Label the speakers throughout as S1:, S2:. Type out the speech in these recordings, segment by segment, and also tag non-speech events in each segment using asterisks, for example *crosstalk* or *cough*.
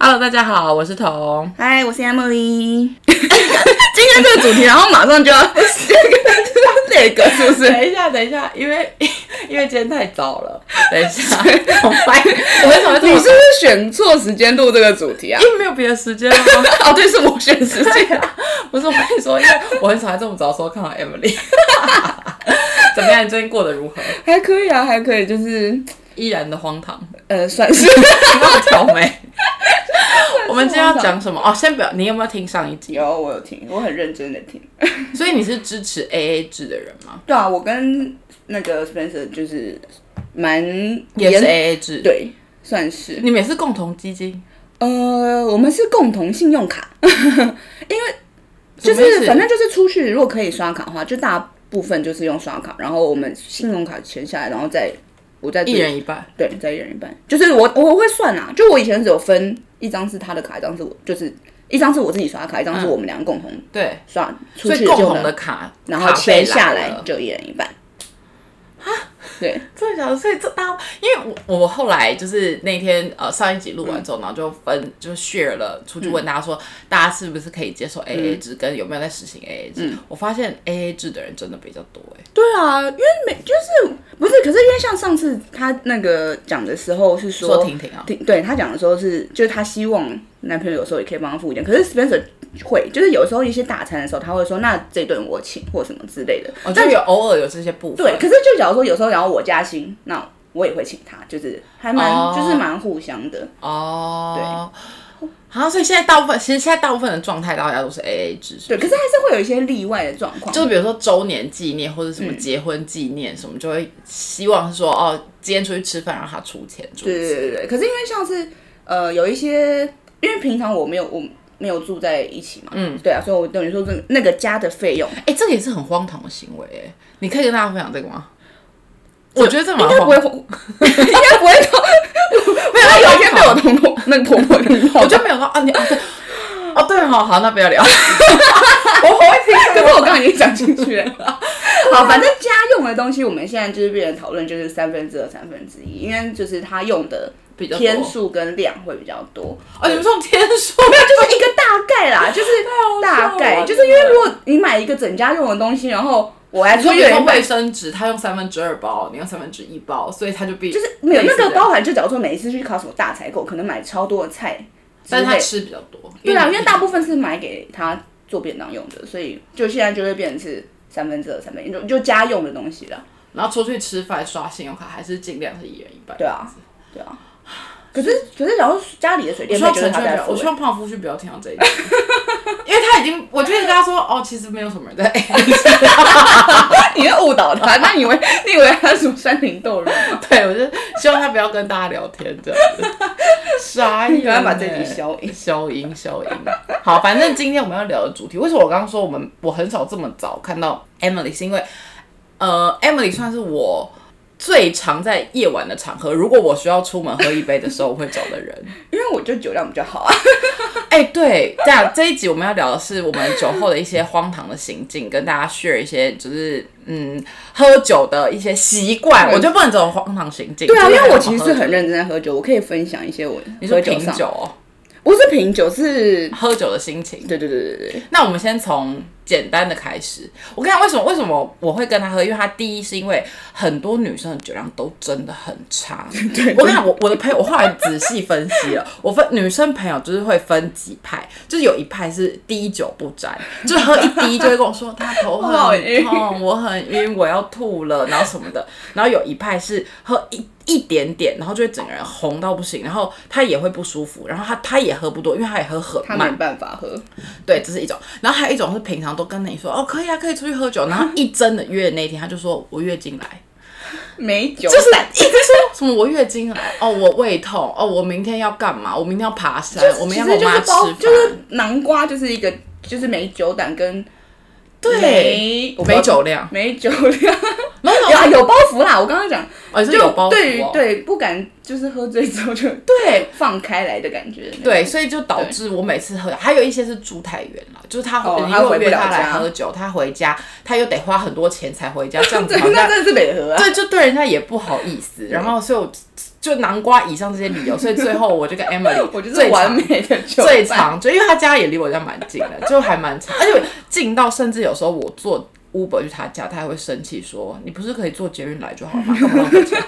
S1: 大家好，我是彤。
S2: 嗨，我是 Emily。今天这个主题，然后马上就要 *laughs* 那个，是不
S1: *laughs*
S2: 是？
S1: 等一下，等一下，因为 *laughs* 因为今天太早了。等一下，
S2: 好烦！
S1: *laughs* 我为什么会这么
S2: 你是不是选错时间录这个主题啊？
S1: 因为没有别的时间了吗？
S2: *laughs* 哦，对，是我选时间。
S1: 不 *laughs* 是，我跟你说，因为我很少在这么早的时候看到 Emily。怎么样？你最近过得如何？
S2: *laughs* 还可以啊，还可以，就是
S1: 依然的荒唐，
S2: 呃，算是
S1: 那挑 *laughs* 眉。我们今天要讲什么？哦，先不要，你有没有听上一集？
S2: *laughs* 有我有听，我很认真的听。
S1: 所以你是支持 AA 制的人吗？
S2: 对啊，我跟那个 Spencer 就是蛮
S1: 也
S2: 严
S1: 是 AA 制。，
S2: 对，算是。
S1: 你们也是共同基金，
S2: 呃，我们是共同信用卡，就
S1: 什么意
S2: 是
S1: 思
S2: 反正就是出去，如果可以刷卡的话，就大部分就是用刷卡，然后我们信用卡钱下来，然后再我再自
S1: 一
S2: 己
S1: 人一半。
S2: 对再一人一半，就是我我会算啊，就我以前只有分一张是他的卡，一张是我就是一张是我自己刷卡，一张是我们俩共同
S1: 对，
S2: 刷
S1: 嗯
S2: 出
S1: 所
S2: 去
S1: 以共
S2: 就
S1: 同
S2: 能
S1: 的卡，
S2: 然后
S1: 卡被
S2: 钱下
S1: 拉
S2: 来
S1: 了
S2: 就一人一半。对，
S1: 真的假的？所以这大，因为我我后来就是那天呃上一集录完之后，然后就分就 share 了出去问大家说，
S2: 嗯
S1: 大家是不是可以接受 AA 制，跟有没有在实行 AA 制？
S2: 嗯
S1: 我发现 AA 制的人真的比较多哎、
S2: 对啊，因为每就是不是，可是因为像上次他那个讲的时候是说，
S1: 说婷婷啊，
S2: 挺对他讲的时候是，就是他希望男朋友有时候也可以帮他付一点，可是 Spencer 会，就是有时候一些大餐的时候，他会说那这顿我请或什么之类的。
S1: 我就有偶尔有这些部分
S2: 对，，可是就假如说有时候然后我加薪，那我也会请他，就是还蛮、
S1: 哦
S2: 就是蛮互相的。
S1: 哦，对，好，所以现在大部分其实现在大部分的状态大家都是 AA 制，是不是
S2: 对，可是还是会有一些例外的状况，
S1: 就是比如说周年纪念或者什么
S2: 嗯
S1: 结婚纪念什么，就会希望说哦，今天出去吃饭让他出钱，出
S2: 对对对对。可是因为像是呃有一些，因为平常我没有我没有住在一起嘛，嗯，对啊，所以我等于说这那个家的费用，
S1: 哎、这个也是很荒唐的行为哎，你可以跟大家分享这个吗？我觉得这蛮
S2: 应该
S1: 荒
S2: 不会，
S1: 唐，
S2: *laughs* 应该不会到， *laughs* 没有，他有一天被我同同那个婆婆听到， *laughs*
S1: 我就没有说啊，你啊对，哦对哦，好，那不要聊，
S2: 我好会听，可是我刚刚已经讲进 *laughs* 去了。好，反正家用的东西，我们现在就是变成讨论，就是三分之二、三分之一，因为就是他用的
S1: 比较多
S2: 天数跟量会比较 *laughs* 多，
S1: 哦，你们送天数，
S2: 没有，就是一个大概啦，就是
S1: 太好笑
S2: 大
S1: 了
S2: 概，就是因为如果你买一个整家用的东西，然后我还
S1: 你说
S2: 出
S1: 你
S2: 远
S1: 用
S2: 一
S1: 卫
S2: 半，
S1: 生纸，他用三分之二包，你用三分之一包，所以他就必
S2: 就是没有那个，包
S1: 类似
S2: 含，就假如说每一次去考什么大采购，可能买超多的菜之
S1: 但
S2: 类
S1: 是
S2: 的，
S1: 他吃比较多，
S2: 对啊，因为大部分是买给他做便当用的，所以就现在就会变成是三分之二、三分之一，就就家用的东西了。
S1: 然后出去吃饭刷信用卡还是尽量是一人一半，
S2: 对啊，对啊。可是可是，然后家里的水
S1: 我
S2: 电
S1: 希
S2: 费
S1: 望
S2: 就是
S1: 陈
S2: 他
S1: 秋
S2: 在
S1: 元，
S2: 付
S1: 我希。望胖夫婿不要听到这一 *laughs* 集，因为他已经，我就一直跟他说，哦，其实没有什么人在
S2: *laughs* 你是误导他，那你以为 *laughs* 你以为他是什么山林豆人吗？
S1: *laughs* 对，我就希望他不要跟大家聊天这样子。 *laughs* 傻眼欸，
S2: 你赶快把这集消音
S1: 消音，消音。好，反正今天我们要聊的主题，为什么我刚刚说我们我很少这么早看到 Emily，是因为呃，Emily 算是我最常在夜晚的场合，如果我需要出门喝一杯的时候，我会找的人。
S2: 因为我就酒量比较好啊。
S1: 哎、对，这样这一集我们要聊的是我们酒后的一些荒唐的行径，跟大家 share 一些就是嗯喝酒的一些习惯。我就不能走荒唐行径。
S2: 嗯对啊，
S1: 就
S2: 因
S1: 是
S2: 为
S1: 还
S2: 我
S1: 有
S2: 其实
S1: 喝
S2: 是
S1: 酒
S2: 很认真在喝酒，我可以分享一些我
S1: 你说
S2: 喝酒
S1: 品
S2: 上，
S1: 酒、哦，
S2: 不是品酒是，
S1: 喝酒的心情。
S2: 对对对对对，
S1: 那我们先从简单的开始。我跟你讲，为什么为什么我会跟他喝？因为他第一是因为很多女生的酒量都真的很
S2: *laughs*
S1: 差。我跟你讲，我我的朋友，我后来仔细分析了，我分女生朋友就是会分几派，就是有一派是滴酒不沾，就喝一滴就会跟我说他头
S2: 我好
S1: 很
S2: 晕
S1: 痛，我很晕，我要吐了，然后什么的。然后有一派是喝一。一点点，然后就会整个人红到不行，然后他也会不舒服，然后他他也喝不多，因为他也喝很
S2: 他
S1: 慢
S2: 没，办法喝，
S1: 对，这是一种。然后还有一种是平常都跟你说哦，可以啊，可以出去喝酒。然后一真的约的那一天，他就说我月经来，
S2: 没酒
S1: 就是
S2: 胆
S1: 一直说什么我月经来，哦，我胃痛，哦，我明天要干嘛？我明天要爬山，我明
S2: 其
S1: 天要
S2: 实
S1: 跟
S2: 就
S1: 我妈
S2: 是
S1: 吃
S2: 包，
S1: 饭，
S2: 就是南瓜就是一个就是没酒胆跟
S1: 对，
S2: 没我不知道
S1: 没酒量。
S2: 没酒量，
S1: 没有
S2: 有啊有包袱啦。我刚刚讲，
S1: 哦，你是
S2: 就
S1: 有包
S2: 对
S1: 袱、
S2: 于
S1: 哦，
S2: 对不敢就是喝醉之后就 *laughs*
S1: 对
S2: 放开来的感觉。
S1: 对，所以就导致我每次喝，还有一些是住太远了，就是他
S2: 哦
S1: 你
S2: 他
S1: 如果
S2: 回不
S1: 约
S2: 了
S1: 他来
S2: 家
S1: 喝酒，他回家他又得花很多钱才回家，这
S2: *laughs*
S1: 样子
S2: 对，
S1: 好
S2: 那
S1: 像
S2: 真的是北河
S1: *laughs*
S2: 啊。
S1: 对，就对人家也不好意思。然后，所以我就南瓜以上这些理由，所以最后我就跟 Emily，
S2: *laughs* 我就是
S1: 最
S2: 完
S1: 常
S2: 美的酒
S1: 最
S2: 伴
S1: 长，就因为他家也离我家蛮近的，就还蛮长，而且近到甚至有时候我坐 Uber 去他家，他还会生气说：“你不是可以坐捷运来就好吗？干嘛浪
S2: *laughs*
S1: 费钱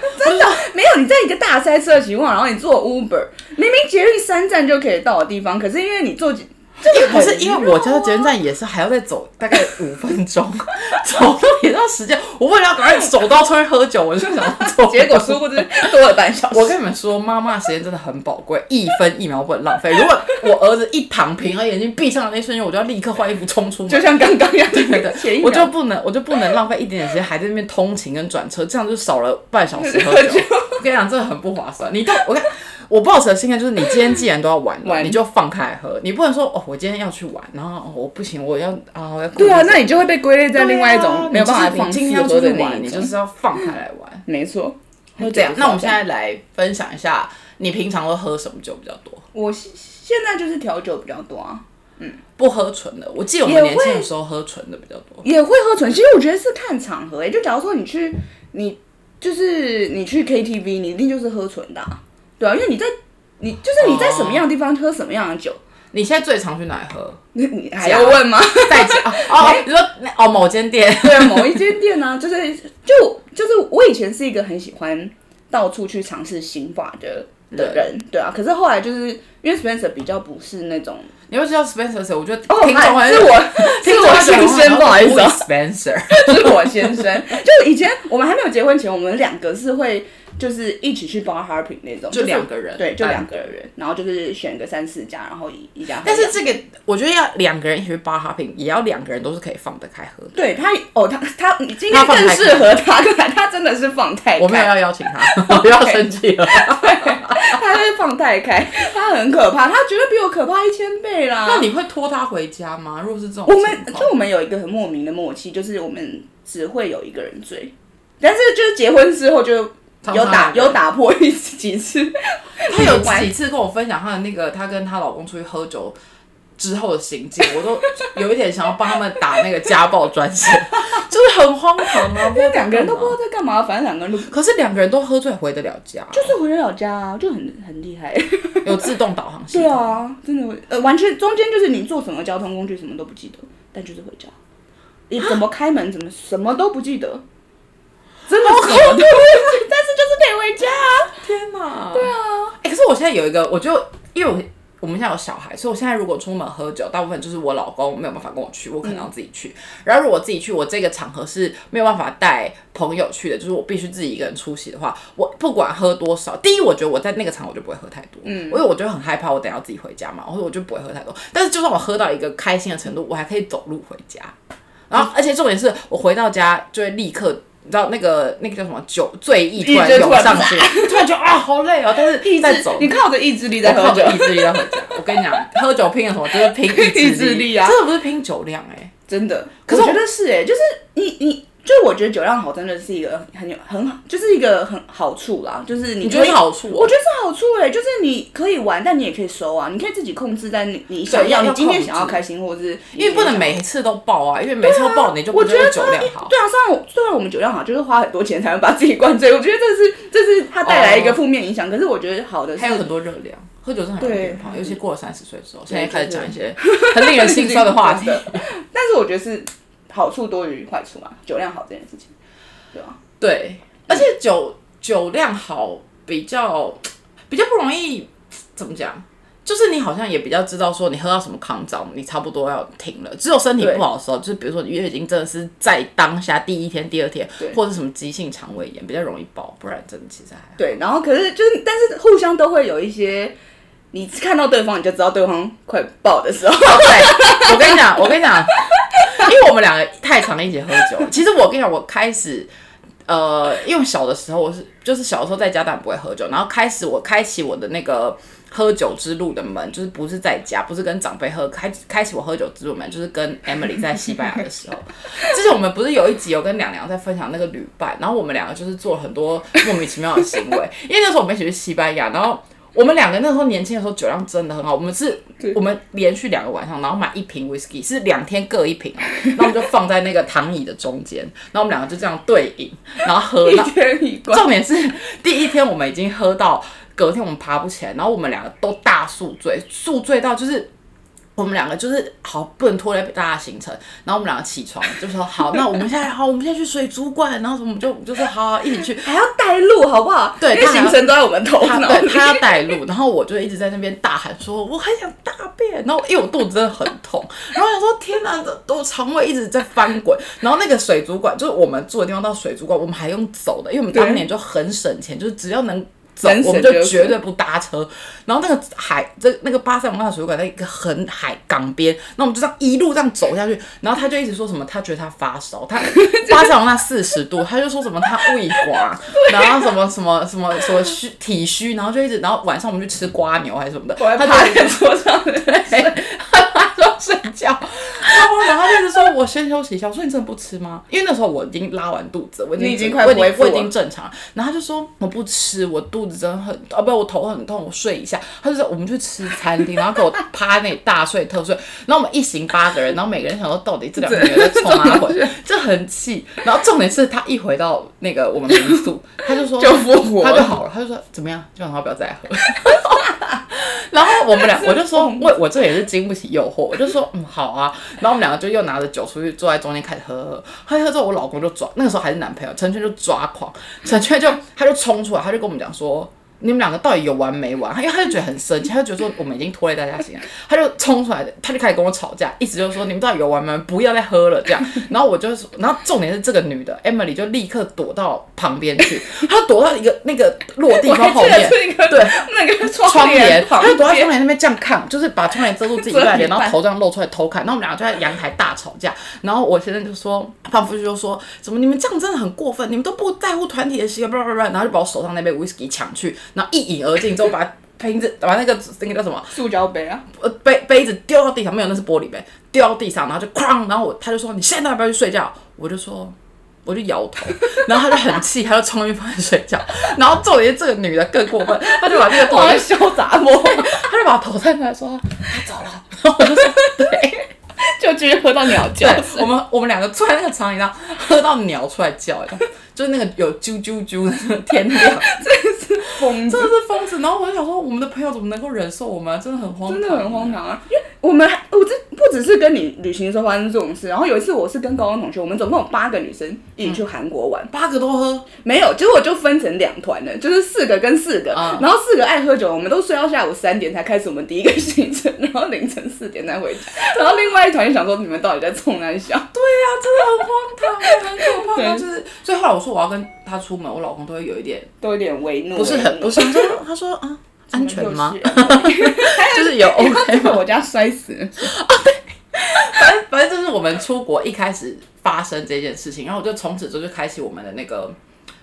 S2: 没有，你在一个大塞车的情况，然后你坐 Uber，明明捷运三站就可以到的地方，可是因为你坐捷，这？”
S1: 也
S2: 个
S1: 不是
S2: 很
S1: 因为我家的捷运站也是还要再走大概五分钟， *laughs* 走路也要时间。我为了要赶快走到出去喝酒，我就想要坐 Uber。
S2: 结果殊不知多了半小时。
S1: 我跟你们说，妈妈的时间真的很宝贵，一分一秒不能浪费。如果我儿子一躺平，然后眼睛闭上的那一瞬间，我就要立刻换衣服冲出门。*laughs*
S2: *laughs* 就像刚刚一样，
S1: 对对
S2: 前一
S1: 对，
S2: 秒
S1: 我就不能，我就不能浪费一点点时间还在那边通勤跟转车，这样就少了半小时喝
S2: 喝
S1: *laughs* 酒。我跟你讲，这很不划算。你都我看，我抱持的心态就是，你今天既然都要玩了，
S2: 玩
S1: 你就放开来喝，你不能说哦，我今天要去玩，然后、哦我不行，我要啊，我要顾
S2: 对啊，
S1: 虑
S2: 那你就会被归类在另外一
S1: 对
S2: 种
S1: 啊
S2: 没有办法
S1: 你就是
S2: 放
S1: 你今
S2: 肆
S1: 天要
S2: 喝
S1: 出
S2: 的
S1: 去
S2: 那
S1: 玩，
S2: 一
S1: 你
S2: 种
S1: 就。是要放开来玩。
S2: 没错，就
S1: 这样，那我们现在
S2: 在
S1: 来分享一下，你平常都喝什么酒比较多？
S2: 我现现在就是调酒比较多啊，
S1: 不喝纯的，我记得我们年轻的时候喝纯的比较多。
S2: 也会喝纯。其实我觉得是看场合诶、欸就假如说你去你就是你去 KTV，你一定就是喝纯的、啊，对啊，因为你在你就是你在什么样的地方喝什么样的酒，
S1: 你现在最常去哪里
S2: *laughs*
S1: 喝？
S2: 你你还要问吗？
S1: 在
S2: *laughs*
S1: 家哦
S2: 哎
S1: 哦，你说那哦某间店， *laughs*
S2: 对啊，某一间店呢、啊， *laughs* 就是就就是我以前是一个很喜欢到处去尝试新法的的人，对啊。可是后来就是因为 Spencer 比较不是那种
S1: 你会知道 Spencer 是谁？我觉得
S2: 哦，
S1: 听众
S2: 哎
S1: 很
S2: 是
S1: *laughs*
S2: *laughs* 我是我先生，不好意思啊，
S1: ，Spencer
S2: *laughs* 是我先生。就以前我们还没有结婚前，我们两个是会就是一起去 bar hopping 那种，
S1: 就是两个人，
S2: 对，就两个人，嗯然后就是选个三四家，然后一一家喝一家。
S1: 但是这个我觉得要两个人一起去 bar hopping，也要两个人都是可以放得开喝的。
S2: 对他哦，他他你今
S1: 他
S2: 天
S1: 放
S2: 更
S1: 太开
S2: 适合他， *laughs* 他真的是放太开。
S1: 我没有要邀请他，我不要生气了。
S2: *laughs* 他会放太开，他很可怕，他绝对比我可怕一千倍啦。
S1: *laughs* 那你会拖他回家吗？如果是这种
S2: 我
S1: 情况，
S2: 们就我们有一个很莫名的默契，就是我们只会有一个人追，但是就是结婚之后就
S1: 常常
S2: 有打
S1: 两个人
S2: 有打破一次几 *laughs* 次，
S1: 他有
S2: 玩
S1: 几次跟我分享他的那个，她跟她老公出去喝酒之后的行径，我都有一点想要帮他们打那个家暴专线，就是很荒唐
S2: *laughs*
S1: 啊！不知道
S2: 两个人都
S1: 干
S2: 不
S1: 嘛
S2: 知道在哦干嘛，反正两个人 *laughs* 都
S1: 可是两个人都喝醉回得了家，
S2: 就是回得了家啊，就很很厉害。
S1: 有自动导航系
S2: 对
S1: 统。
S2: 啊，真的会呃，完全中间就是你坐什么交通工具什么都不记得，但就是回家，你怎么开门怎么什么都不记得，真的什么都不记得， *laughs* 但是就是得回家啊。
S1: 天哪！对啊，哎、可是我现在有一个，我就因为我我们现在有小孩，所以我现在如果出门喝酒，大部分就是我老公没有办法跟我去，我可能要自己去。然后如果自己去，我这个场合是没有办法带朋友去的，就是我必须自己一个人出席的话，我不管喝多少，第一，我觉得我在那个场合我就不会喝太多，嗯，因为我就很害怕我等一下要自己回家嘛，然后我就不会喝太多。但是就算我喝到一个开心的程度，我还可以走路回家。然后，而且重点是我回到家就会立刻，你知道那个那个叫什么酒醉意突然
S2: 意就
S1: 涌
S2: 突然
S1: 上去，突然觉得啊好累哦，但是
S2: *laughs* 意
S1: 在
S2: 志
S1: 走，，
S2: 你靠着意志力
S1: 我
S2: 在喝
S1: 靠
S2: 酒
S1: 着，意志力在回家。我跟你讲，喝酒拼了什么？就是拼意
S2: *laughs* 意志力啊
S1: 真的不是拼酒量哎、
S2: 真的。
S1: 可是
S2: 我
S1: 我
S2: 觉得是哎、就是你你。就我觉得酒量好真的是一个很有很好，就是一个很好处啦。就是你
S1: 你觉得
S2: 可以
S1: 是好处哦
S2: 我觉得是好处哎、就是你可以玩，但你也可以收啊，你可以自己控制在你你想
S1: 要
S2: 要，
S1: 要
S2: 你今天
S1: 控制
S2: 想要开心，或者是
S1: 因为不能每一次都爆啊，因为每次都爆你就不
S2: 我觉得
S1: 酒量好。
S2: 对啊，虽然我虽然我们酒量好，就是花很多钱才能把自己灌醉，我觉得这是这是它带来一个负面影响。可是我觉得好的是
S1: 还有很多热量，喝酒真的很容易
S2: 对
S1: 变胖，尤其过了三十岁之后，现在
S2: 对
S1: 开始
S2: 就是
S1: 讲一些很令人心酸的话题
S2: 真。但是我觉得是好处多于坏处嘛，酒量好这件事情，对吧、
S1: 对，而且酒酒量好比较比较不容易，怎么讲？就是你好像也比较知道说你喝到什么康糟，你差不多要停了。只有身体
S2: 对
S1: 不好的时候，就是比如说你月经真的是在当下第一天、第二天
S2: 对，
S1: 或者什么急性肠胃炎比较容易爆，不然真的其实还好。
S2: 对，然后可是就是，但是互相都会有一些，你看到对方你就知道对方快爆的时候，
S1: 对，我跟你讲，我跟你讲， *laughs* 因为我们两个太常一起喝酒了。其实我跟你讲，我开始。呃，因为小的时候我是就是小的时候在家当然不会喝酒，然后开始我开启我的那个喝酒之路的门，就是不是在家，不是跟长辈喝，开开启我喝酒之路门，就是跟 Emily 在西班牙的时候。 *laughs* 之前我们不是有一集有跟凉凉在分享那个旅伴，然后我们两个就是做了很多莫名其妙的行为， *laughs* 因为那时候我们一起去西班牙，然后。我们两个那时候年轻的时候酒量真的很好，我们是，我们连续两个晚上，然后买一瓶 whisky，是两天各一瓶哦，然后我们就放在那个躺椅的中间，然后我们两个就这样对饮，然后喝
S2: 一
S1: 到
S2: 天一
S1: *laughs*
S2: 罐，
S1: 重点是第一天我们已经喝到隔天我们爬不起来，然后我们两个都大宿醉，宿醉到就是。我们两个就是好不能拖累大家行程，然后我们两个起床就说好，那我们现在好，我们现在去水族馆，然后什么我们就我们就说好好一起去，
S2: 还要带路好不好？
S1: 对
S2: 因为
S1: 他还
S2: 行
S1: 要
S2: 程都在我们头
S1: 他
S2: 脑
S1: 对
S2: 里。
S1: 他要带路，然后我就一直在那边大喊说我很想大便，然后因为我肚子真的很痛，然后我想说天哪，这我肠胃一直在翻滚，然后那个水族馆就是我们住的地方到水族馆，我们还用走的，因为我们当年就很省钱，就是只要能。走
S2: 能省
S1: 我们就
S2: 就
S1: 绝对不搭车，然后那个海，这那个巴塞罗那水族馆在一个很海港边，那我们就这样一路这样走下去，然后他就一直说什么，他觉得他发烧，
S2: *laughs*
S1: 他巴塞罗那四十度，他就说什么他胃寡，然后什么什么什么什么虚体虚，然后就一直，然后晚上我们去吃瓜牛还是什么的，
S2: 我还
S1: 他哎
S2: 趴
S1: 就
S2: 在桌上面，
S1: 他说睡觉，然后然后他一直说我先休息一下，我说你真的不吃吗？因为那时候我已经拉完肚子，我已经
S2: 你已经快
S1: 我已经
S2: 恢复
S1: 我
S2: 了
S1: 已经正常了，然后他就说我不吃，我肚子真的很啊，不，我头很痛，我睡一下。他就说我们去吃餐厅，然后给我趴在那里大睡特睡，然后我们一行八个人，然后每个人想说到底这两个人在冲
S2: *laughs*
S1: 哪回，就很气。然后重点是他一回到那个我们民宿，他就说
S2: *laughs* 就复活
S1: 他就好了，他就说怎么样，就让他不要再喝。然后我们俩，我就说，我我这也是经不起诱惑，我就说，嗯，好啊。然后我们两个就又拿着酒出去，坐在中间开始喝喝喝，喝一喝之后，我老公就抓，那个时候还是男朋友，陈圈就抓狂，陈圈就他就冲出来，他就跟我们讲说。你们两个到底有完没完？因为他就觉得很生气，他就觉得说我们已经拖累大家行程，他就冲出来，他就开始跟我吵架，一直就说你们到底有完没完？不要再喝了这样。然后我就说，然后重点是这个女的 Emily 就立刻躲到旁边去，她躲到一个那个落地
S2: 我
S1: 窗
S2: 还
S1: 后
S2: 记
S1: 面
S2: 得，是一个
S1: 对
S2: 那个
S1: 窗
S2: 帘
S1: 帘，
S2: 旁
S1: 他就躲在窗
S2: 边，
S1: 帘那边这样看，就是把窗帘遮住自己
S2: 遮
S1: 一半脸，
S2: 一半
S1: 然后头这样露出来偷看。然后我们两个就在阳台大吵架。然后我先生就说，胖夫就说，怎么你们这样真的很过分，你们都不在乎团体的习惯，叭叭叭叭，然后就把我手上那杯 whisky 抢去，然后一饮而尽之后把。瓶子把那个那个叫什么
S2: 塑胶杯啊，
S1: 呃杯杯子丢到地上，没有那是玻璃杯，丢到地上，然后就哐，然后我他就说你现在要不要去睡觉？我就说我就摇头，然后他就很气，他就冲进房间睡觉。然后重点是这个女的更过分，她就把那个头
S2: 我在潇洒摸，
S1: *laughs* 他就把头探出来说啊他走了，然后我就说对，
S2: *laughs* 就直接喝到鸟叫
S1: 对，
S2: 声
S1: 我们我们两个坐在那个长椅上喝到鸟出来叫，你知道 *laughs* 就是那个有啾啾啾的那个天亮，
S2: *laughs*
S1: 真
S2: 疯子
S1: 的是疯子。然后我就想说，我们的朋友怎么能够忍受我们啊？真的很荒唐，
S2: 真的很荒。唐啊！因为我们还我这不只是跟你旅行的时候发生这种事，然后有一次我是跟高中同学，我们总共有八个女生一起去韩国玩，
S1: 八个都喝，
S2: 没有，结果就分成两团了，就是四个跟四个，
S1: 嗯
S2: 然后四个爱喝酒，我们都睡到下午三点才开始我们第一个行程，然后凌晨四点才
S1: *laughs*
S2: 回家，然后另外一团就想说你们到底在冲哪里想？
S1: 对呀、真的很荒唐，很可怕。
S2: 对
S1: 然后就是，所以后来我说我要跟他出门，我老公都会有一点
S2: 都有点为怒，
S1: 不是很不
S2: *laughs*
S1: 是，他说啊安全吗？ *laughs* 就是
S2: *laughs*
S1: 有
S2: 哎我
S1: OK 吗
S2: 在？我家摔死了，
S1: 反
S2: *laughs*
S1: 正反正就是我们出国一开始发生这件事情，然后我就从此之后就开启我们的那个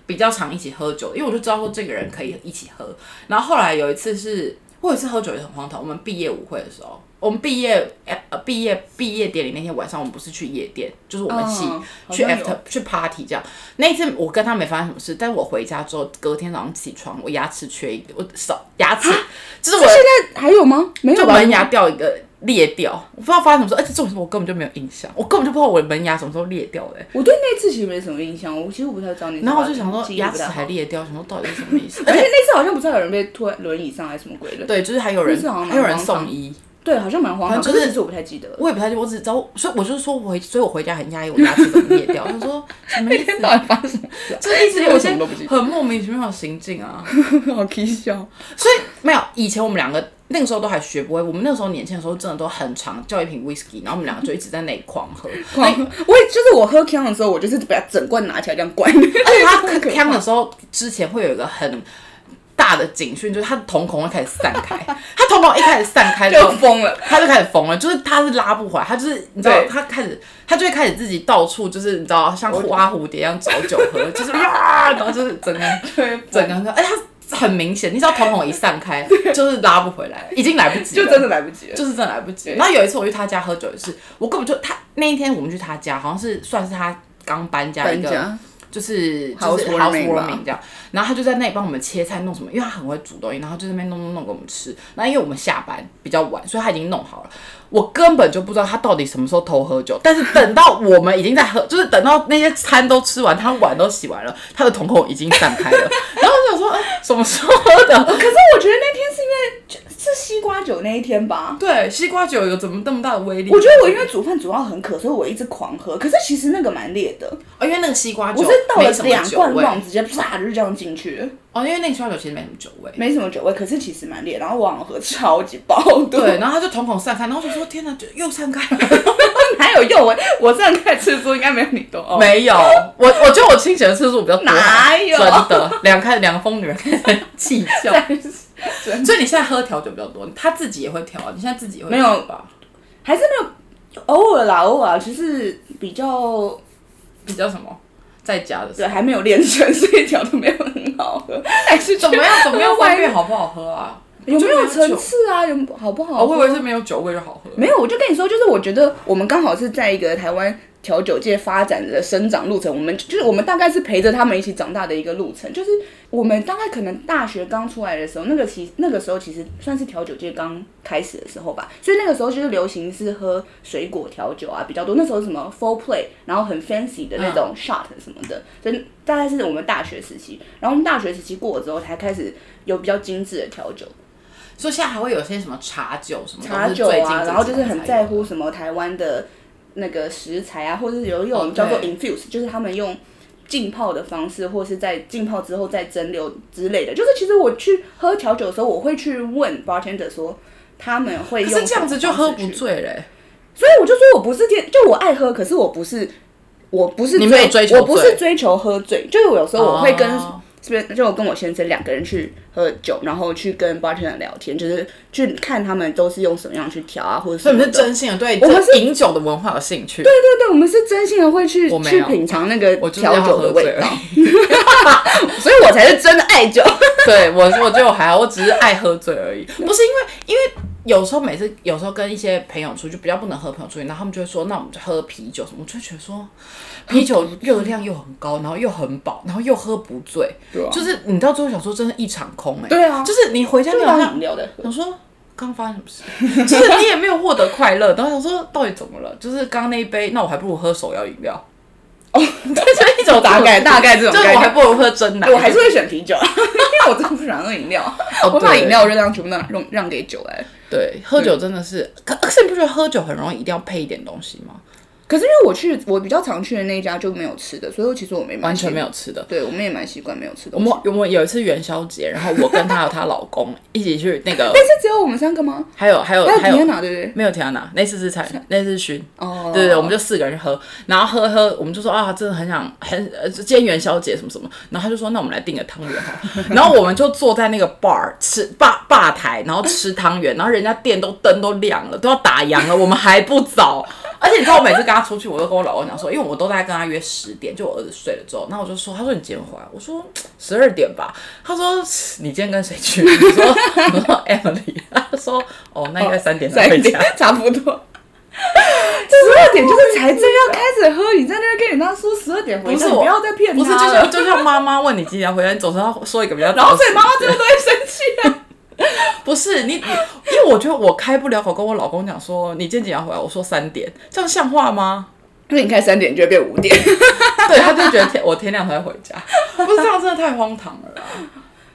S1: 比较常一起喝酒，因为我就知道说这个人可以一起喝。然后后来有一次是，我有一次喝酒也很荒唐，我们毕业舞会的时候，我们毕业呃呃毕业毕业典礼那天晚上，我们不是去夜店，就是我们系、
S2: 嗯好
S1: 去
S2: 像有
S1: after 去 party 这样。那一次我跟他没发生什么事，但我回家之后，隔天早上起床，我牙齿缺一个，我少牙
S2: *laughs*
S1: 齿，就是我
S2: 现在还有吗？没有
S1: 就
S2: 吧？
S1: 门牙掉一个裂掉，我不知道发生什么事，而且重点是我根本就没有印象，我根本就不知道我的门牙什么时候裂掉的、欸
S2: 我对那次其实没什么印象，我其实我不太知道那次。
S1: 然后我就想说
S2: 记忆
S1: 牙
S2: 不
S1: 齿
S2: 太好
S1: 还裂掉，想说到底是什么意思？ *laughs*
S2: 而且那次好像不是还有人被拖在轮椅上还是什么鬼的？
S1: 对，就是还有人
S2: 那是好像蛮
S1: 还有人
S2: 荒唐
S1: 送医，
S2: 对，好像蛮荒唐。
S1: 反正
S2: 可
S1: 就是
S2: 是其实我不太记得了。
S1: 我也不太记，我只知道，所以我就是说我回，所以我回家很压抑，我牙齿怎么裂掉？他说什么意
S2: *laughs*
S1: 思？
S2: 到底发生什么事
S1: 就是一直有一
S2: 我什
S1: 些
S2: 么都不记得
S1: 很莫名其妙的行径啊。
S2: 啊？好搞笑。
S1: 所以没有，以前我们两个那个时候都还学不会，我们那个时候年轻的时候真的都很常叫一瓶 whisky，然后我们两个就一直在那里狂
S2: *laughs*
S1: 喝，
S2: 我也就是我喝 k 的时候，我就是把整罐拿起来这样灌。
S1: 而且他呛的时候之前会有一个很大的警讯，就是他的瞳孔会开始散开，他瞳孔一开始散
S2: *laughs*
S1: 开之
S2: 就
S1: 后。
S2: 疯了。
S1: 他就开始疯了，就是他是拉不回来，他就是你知道
S2: 对，
S1: 他开始他就会开始自己到处就是你知
S2: *laughs*
S1: 道像花蝴蝶一样找酒喝，就是啊，然后就是整个
S2: 对，
S1: 整个，哎、他很明显，你知道瞳孔一散开就是拉不回来，已经来不及了，
S2: 就真的来不及了。
S1: 就是真的来不及。然后有一次我去他家喝酒也是，我根本就他那一天我们去他家，好像是算是他刚搬家一
S2: 搬
S1: 个
S2: 家
S1: 就是就是
S2: Housewarming 吧
S1: housewarming 这样，然后他就在那里帮我们切菜弄什么，因为他很会煮东西，然后就在那边弄弄弄给我们吃。那因为我们下班比较晚，所以他已经弄好了。我根本就不知道他到底什么时候偷喝酒，但是等到我们已经在喝，就是等到那些餐都吃完，他碗都洗完了，他的瞳孔已经散开了。 *laughs* 然后我想说，哎、什么时候喝的？
S2: 可是我觉得那天是因为就是西瓜酒那一天吧。
S1: 对，西瓜酒有怎么那么大的威力？
S2: 我觉得我因为煮饭煮到很渴，所以我一直狂喝。可是其实那个蛮烈的，
S1: 哦，因为那个西瓜酒
S2: 我是倒了
S1: 没什么
S2: 两
S1: 酒
S2: 罐
S1: 味
S2: 旺，直接啪就这样进去了，
S1: 哦，因为那个西瓜酒其实没什么酒味。
S2: 没什么酒味，可是其实蛮烈。然后我好像喝超级爆的，
S1: 对，，然后他就瞳孔散开，然后我就说天哪，就又散开了。
S2: *laughs* 哪有用我我上次次数应该没有你多哦。
S1: 没有，我我觉得我清醒的次数比较多，啊
S2: 哪有
S1: 真的，两开两个疯女人开
S2: *laughs*
S1: 始计较。
S2: 真
S1: 所以你现在喝调酒比较多，他自己也会调啊，你现在自己也会
S2: 没有
S1: 调吧？
S2: 还是没有，偶尔啦，偶尔啦，只是比较
S1: 比较什么，在家的时
S2: 对，
S1: 候
S2: 还没有练成，所以调的没有很好喝，还哎是
S1: 怎么样怎么样
S2: 外
S1: 分辨好不好喝啊？
S2: 有没有层
S1: 酒？
S2: 次啊？有好不好
S1: 哦，
S2: 喝？
S1: 我以为是没有酒味就好喝。
S2: 没有，我就跟你说，就是我觉得我们刚好是在一个台湾调酒界发展的生长路程，我们就是我们大概是陪着他们一起长大的一个路程。就是我们大概可能大学刚出来的时候，那个其那个时候其实算是调酒界刚开始的时候吧，所以那个时候就是流行是喝水果调酒啊比较多。那时候什么 full play，然后很 fancy 的那种 shot 什么的，所以大概是我们大学时期。然后我们大学时期过了之后，才开始有比较精致的调酒。
S1: 所以现在还会有些什么茶酒什么的
S2: 茶酒
S1: 都是最近
S2: 啊，
S1: 这
S2: 然后
S1: 几
S2: 就是
S1: 年
S2: 很
S1: 才
S2: 在
S1: 有
S2: 乎什么台湾的那个食材啊，或者是有一
S1: 哦
S2: 种叫做
S1: 对
S2: infuse，、就是他们用浸泡的方式，或是在浸泡之后再蒸馏之类的。就是其实我去喝调酒的时候，我会去问 bartender 说他们会
S1: 可
S2: 用
S1: 是这样子就喝
S2: 什么
S1: 不
S2: 方式去，
S1: 醉嘞、
S2: 所以我就说我不是天，就我爱喝，可是我不是。我不是
S1: 你没有追求
S2: 我不是
S1: 醉
S2: 追求喝醉，就是我有时候我会跟
S1: 哦
S2: 这边就我跟我先生两个人去喝酒，然后去跟 bartender 聊天，就是去看他们都是用什么样去调啊，或者
S1: 所以
S2: 什
S1: 你
S2: 么
S1: 们是
S2: 的。
S1: 真心的对
S2: 我们
S1: 这饮酒的文化有兴趣，对，
S2: 对对对，我们是真心的会去
S1: 我没
S2: 去
S1: 有
S2: 品尝那个
S1: 我就是要
S2: 调酒
S1: 喝
S2: 的
S1: 醉
S2: 味
S1: 而
S2: 道，
S1: 已。
S2: *laughs* 所以我才是真的爱
S1: *laughs*
S2: 酒。
S1: 对我，我觉得我还好，我只是爱喝醉而已。不是因为，因为有时候每次有时候跟一些朋友出去，比较不能喝朋友出去，然后他们就会说，那我们就喝啤酒什么，我就会觉得
S2: *laughs*
S1: 说，啤酒热量又很高，然后又很饱，然后又喝不醉，
S2: 对啊
S1: 就是你到最后想说，真的一场空哎、
S2: 对啊
S1: 就是你回家
S2: 就
S1: 你好
S2: 当
S1: 像 *laughs*
S2: 饮料在喝，
S1: 想说。刚发生什么事？ *laughs* 就是你也没有获得快乐，然后想说到底怎么了？就是刚刚那一杯，那我还不如喝手摇饮料。
S2: 就是一种大概大概这种
S1: 就是
S2: 概
S1: 我还
S2: 念。
S1: 不如喝真奶。
S2: 啊我还是会选啤酒， *laughs* 因为我真的不喜欢喝饮料，
S1: 哦
S2: 我把
S1: 对
S2: 饮料热量全部让让让给酒哎、
S1: 对，喝酒真的是，可可是你不觉得喝酒很容易一定要配一点东西吗？
S2: 可是因为我去我比较常去的那一家就没有吃的，所以其实我没
S1: 完全没
S2: 有。
S1: 有吃的。
S2: 对，我们也蛮习惯没有吃的。
S1: 我们我们有一次元宵节，然后我跟她和她老公一起去 *laughs* 那个，
S2: 但是只有我们三个吗？
S1: 还有还有
S2: 还
S1: 还
S2: 有
S1: 有
S2: 迪安娜对不对？
S1: 没有田娜，那次是菜，那次是熏。
S2: 哦
S1: 对对，我们就四个人去喝，然后喝喝，我们就说啊，真的很想很呃，今天元宵节什么什么，然后他就说那我们来订个汤圆好了，然后我们就坐在那个 bar 吃吧吧台，然后吃汤圆，然后人家店都灯都亮了，都要打烊了，我们还不早。而且你知道，我每次跟他出去，我都跟我老公讲说，因为我都大概跟他约十点，就我儿子睡了之后，那我就说，他说你几点回来？我说十二点吧。他说你今天跟谁去？ *laughs* 我说我说 Emily，他说哦，那应该三点
S2: *laughs*
S1: 才回
S2: 三
S1: 家。
S2: 点差不多。 *laughs* 十二点就是才正要开始喝，你在那边跟人家说十二点回
S1: 不
S2: 家，
S1: 是
S2: 你
S1: 我
S2: 不要再骗他
S1: 不
S2: 了。
S1: 是，就像就像妈妈问你几点要回来，你总是要说一个比较早。
S2: 然后所以妈妈最后都会生气 *laughs* 啊。
S1: 不是你，你因为我觉得我开不了口，跟我老公讲说你今天几点要回来，我说三点，这样像话吗？
S2: 那你开三点就会变五点，
S1: 对，他就觉得天我天亮才回家，不是这样真的太荒唐了啦。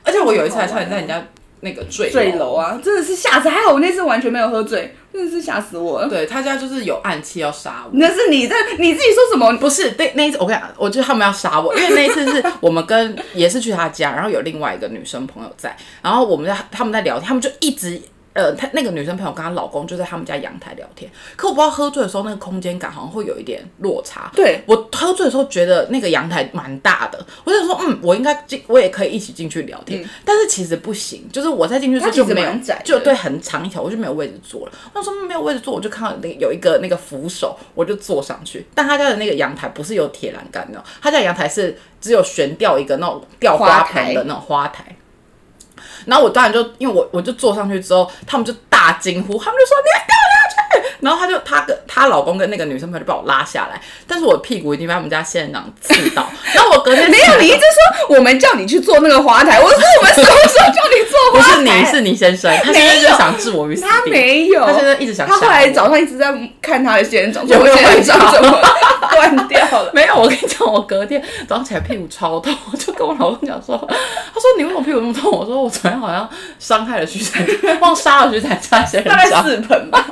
S1: 而且我有一次还差点在人家那个坠
S2: 坠楼啊，真的是吓死！还好我那次完全没有喝醉，真的是吓死我了。
S1: 对他家就是有暗器要杀我。
S2: 那是你在你自己说什么？
S1: 哦不是那那一次，我跟你讲，我觉得他们要杀我，因为那一次是我们跟也是去他家，然后有另外一个女生朋友在，然后我们在他们在聊天，他们就一直。呃，她那个女生朋友跟她老公就在他们家阳台聊天，可我不知道喝醉的时候那个空间感好像会有一点落差。
S2: 对
S1: 我喝醉的时候觉得那个阳台蛮大的，我想说，嗯，我应该进，我也可以一起进去聊天，但是其实不行，就是我再进去之后
S2: 它嗯其
S1: 就
S2: 实
S1: 没有
S2: 蛮窄的
S1: 就对很长一条，我就没有位置坐了。那时候没有位置坐，我就看到那个有一个那个扶手，我就坐上去。但他家的那个阳台不是有铁栏哦杆的，他家阳台是只有悬吊一个那种吊花
S2: 花
S1: 盆
S2: 台
S1: 的那种花台。然后我当然就因为我我就坐上去之后，他们就大惊呼，他们就说你要掉下去。然后他就他跟她老公跟那个女生朋友就把我拉下来，但是我的屁股已经被他们家仙人掌刺到。然后我隔天
S2: *laughs* 没有，你一直说我们叫你去做那个花台，我
S1: *laughs*
S2: 说我们什么时候叫你做
S1: 不
S2: 花台？
S1: 是你是你先生，他现在就想置我于死
S2: 他
S1: 地。
S2: 没有，
S1: 他现在一直想吓
S2: 他
S1: 我
S2: 后来早上一直在看他的仙人掌，说
S1: 有
S2: 我
S1: 没有
S2: 仙人掌
S1: 坏
S2: 怎么 *laughs* 断掉
S1: *laughs*
S2: 了？
S1: 没有，我跟你讲，我隔天早上起来屁股超痛，我就跟我老公讲说，他说你为什么屁股那么痛？我说我昨天好像伤害了徐 *laughs* 彩，忘杀了徐彩家仙人
S2: 大概
S1: 掌。
S2: 四盆吧，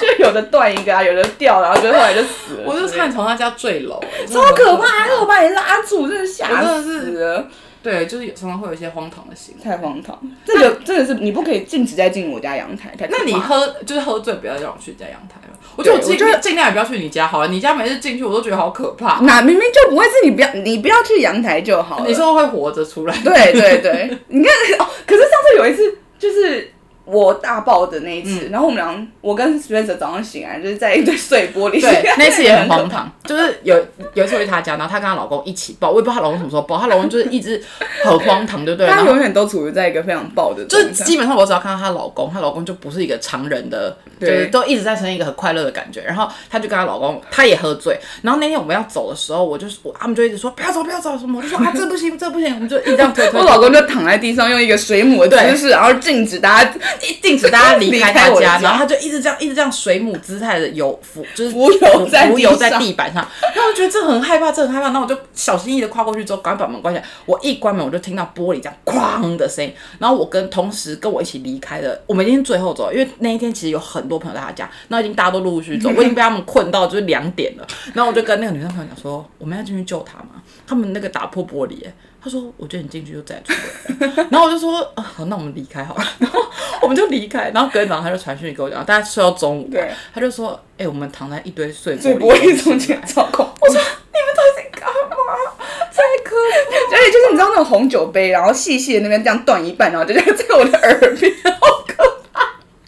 S2: 就有的断一个啊，有的掉，然后就后来就死了。
S1: 我就差点从他家坠楼、欸，
S2: 超可怕，还好把你拉住，真的吓
S1: 我真的
S2: 死
S1: 是
S2: 了，
S1: 对，就是有常常会有一些荒唐的行为。
S2: 太荒唐！这个真的是你不可以禁止再进我家阳台。太可怕
S1: 那你喝就是喝醉，不要叫我去你家阳台了。我觉得我嗯
S2: 对
S1: 尽
S2: 我觉得
S1: 尽量也不要去你家好了，你家每次进去我都觉得好可怕。
S2: 哪明明就不会是你不要你不要去阳台就好了。
S1: 你说会活着出来？
S2: *laughs* 对对对，你看 *laughs* 哦，可是上次有一次就是。我大爆的那一
S1: 嗯
S2: 次，然后我们俩，我跟 Spencer 早上醒来就是在一堆碎玻璃， *laughs*
S1: 对， *laughs* 那次也很荒唐，就是有有一次我去她家，然后她跟她老公一起抱，我也不知道她老公什么时候抱，她老公就是一直很荒唐，对不对？然
S2: 她
S1: 后
S2: 永远都处于在一个非常爆的
S1: 就
S2: 状
S1: 是
S2: 态，
S1: 基本上我只要看到她老公，她老公就不是一个常人的，就
S2: 对
S1: 是都一直在呈现一个很快乐的感觉。然后她就跟她老公，她也喝醉。然后那天我们要走的时候，我就是我他们就一直说不要走不要走什么，我就说啊这不行这不行， *laughs* 我们就一直这样推推
S2: 我。老公就躺在地上用一个水母的姿势，然后禁止大家禁
S1: 止大家
S2: *laughs*
S1: 离开他
S2: 我
S1: *laughs*
S2: 的
S1: 家，然后他就一直这样，一直这样水母姿态的游浮，就是
S2: 浮游在地
S1: 浮游在
S2: 上
S1: 地板上。然后我觉得这很害怕，这很害怕。那我就小心翼翼的跨过去之后，赶快把门关起来。我一关门，我就听到玻璃这样哐的声音。然后我跟同时跟我一起离开的，我们已经最后走了，因为那一天其实有很多朋友在他家，然后已经大家都陆陆续续
S2: *laughs*
S1: 走，我已经被他们困到就是两点了。然后我就跟那个女生朋友讲说，我们要进去救他嘛，他们那个打破玻璃、欸。他说：“我觉得你进去就再也出不来了。”然后我就说，啊，好，那我们离开好了。然后我们就离开，然后隔天早上他就传讯息给我讲，大家睡到中午嘛
S2: 对，
S1: 他就说，哎、我们躺在一堆碎
S2: 碎
S1: 玻
S2: 玻璃
S1: 璃
S2: 中间操控。我说
S1: 你们到底在干嘛？太可怕！
S2: *laughs* 而且就是你知道那种红酒杯，然后细细的那边这样断一半，然后就这样 *laughs* 在我的耳边，好可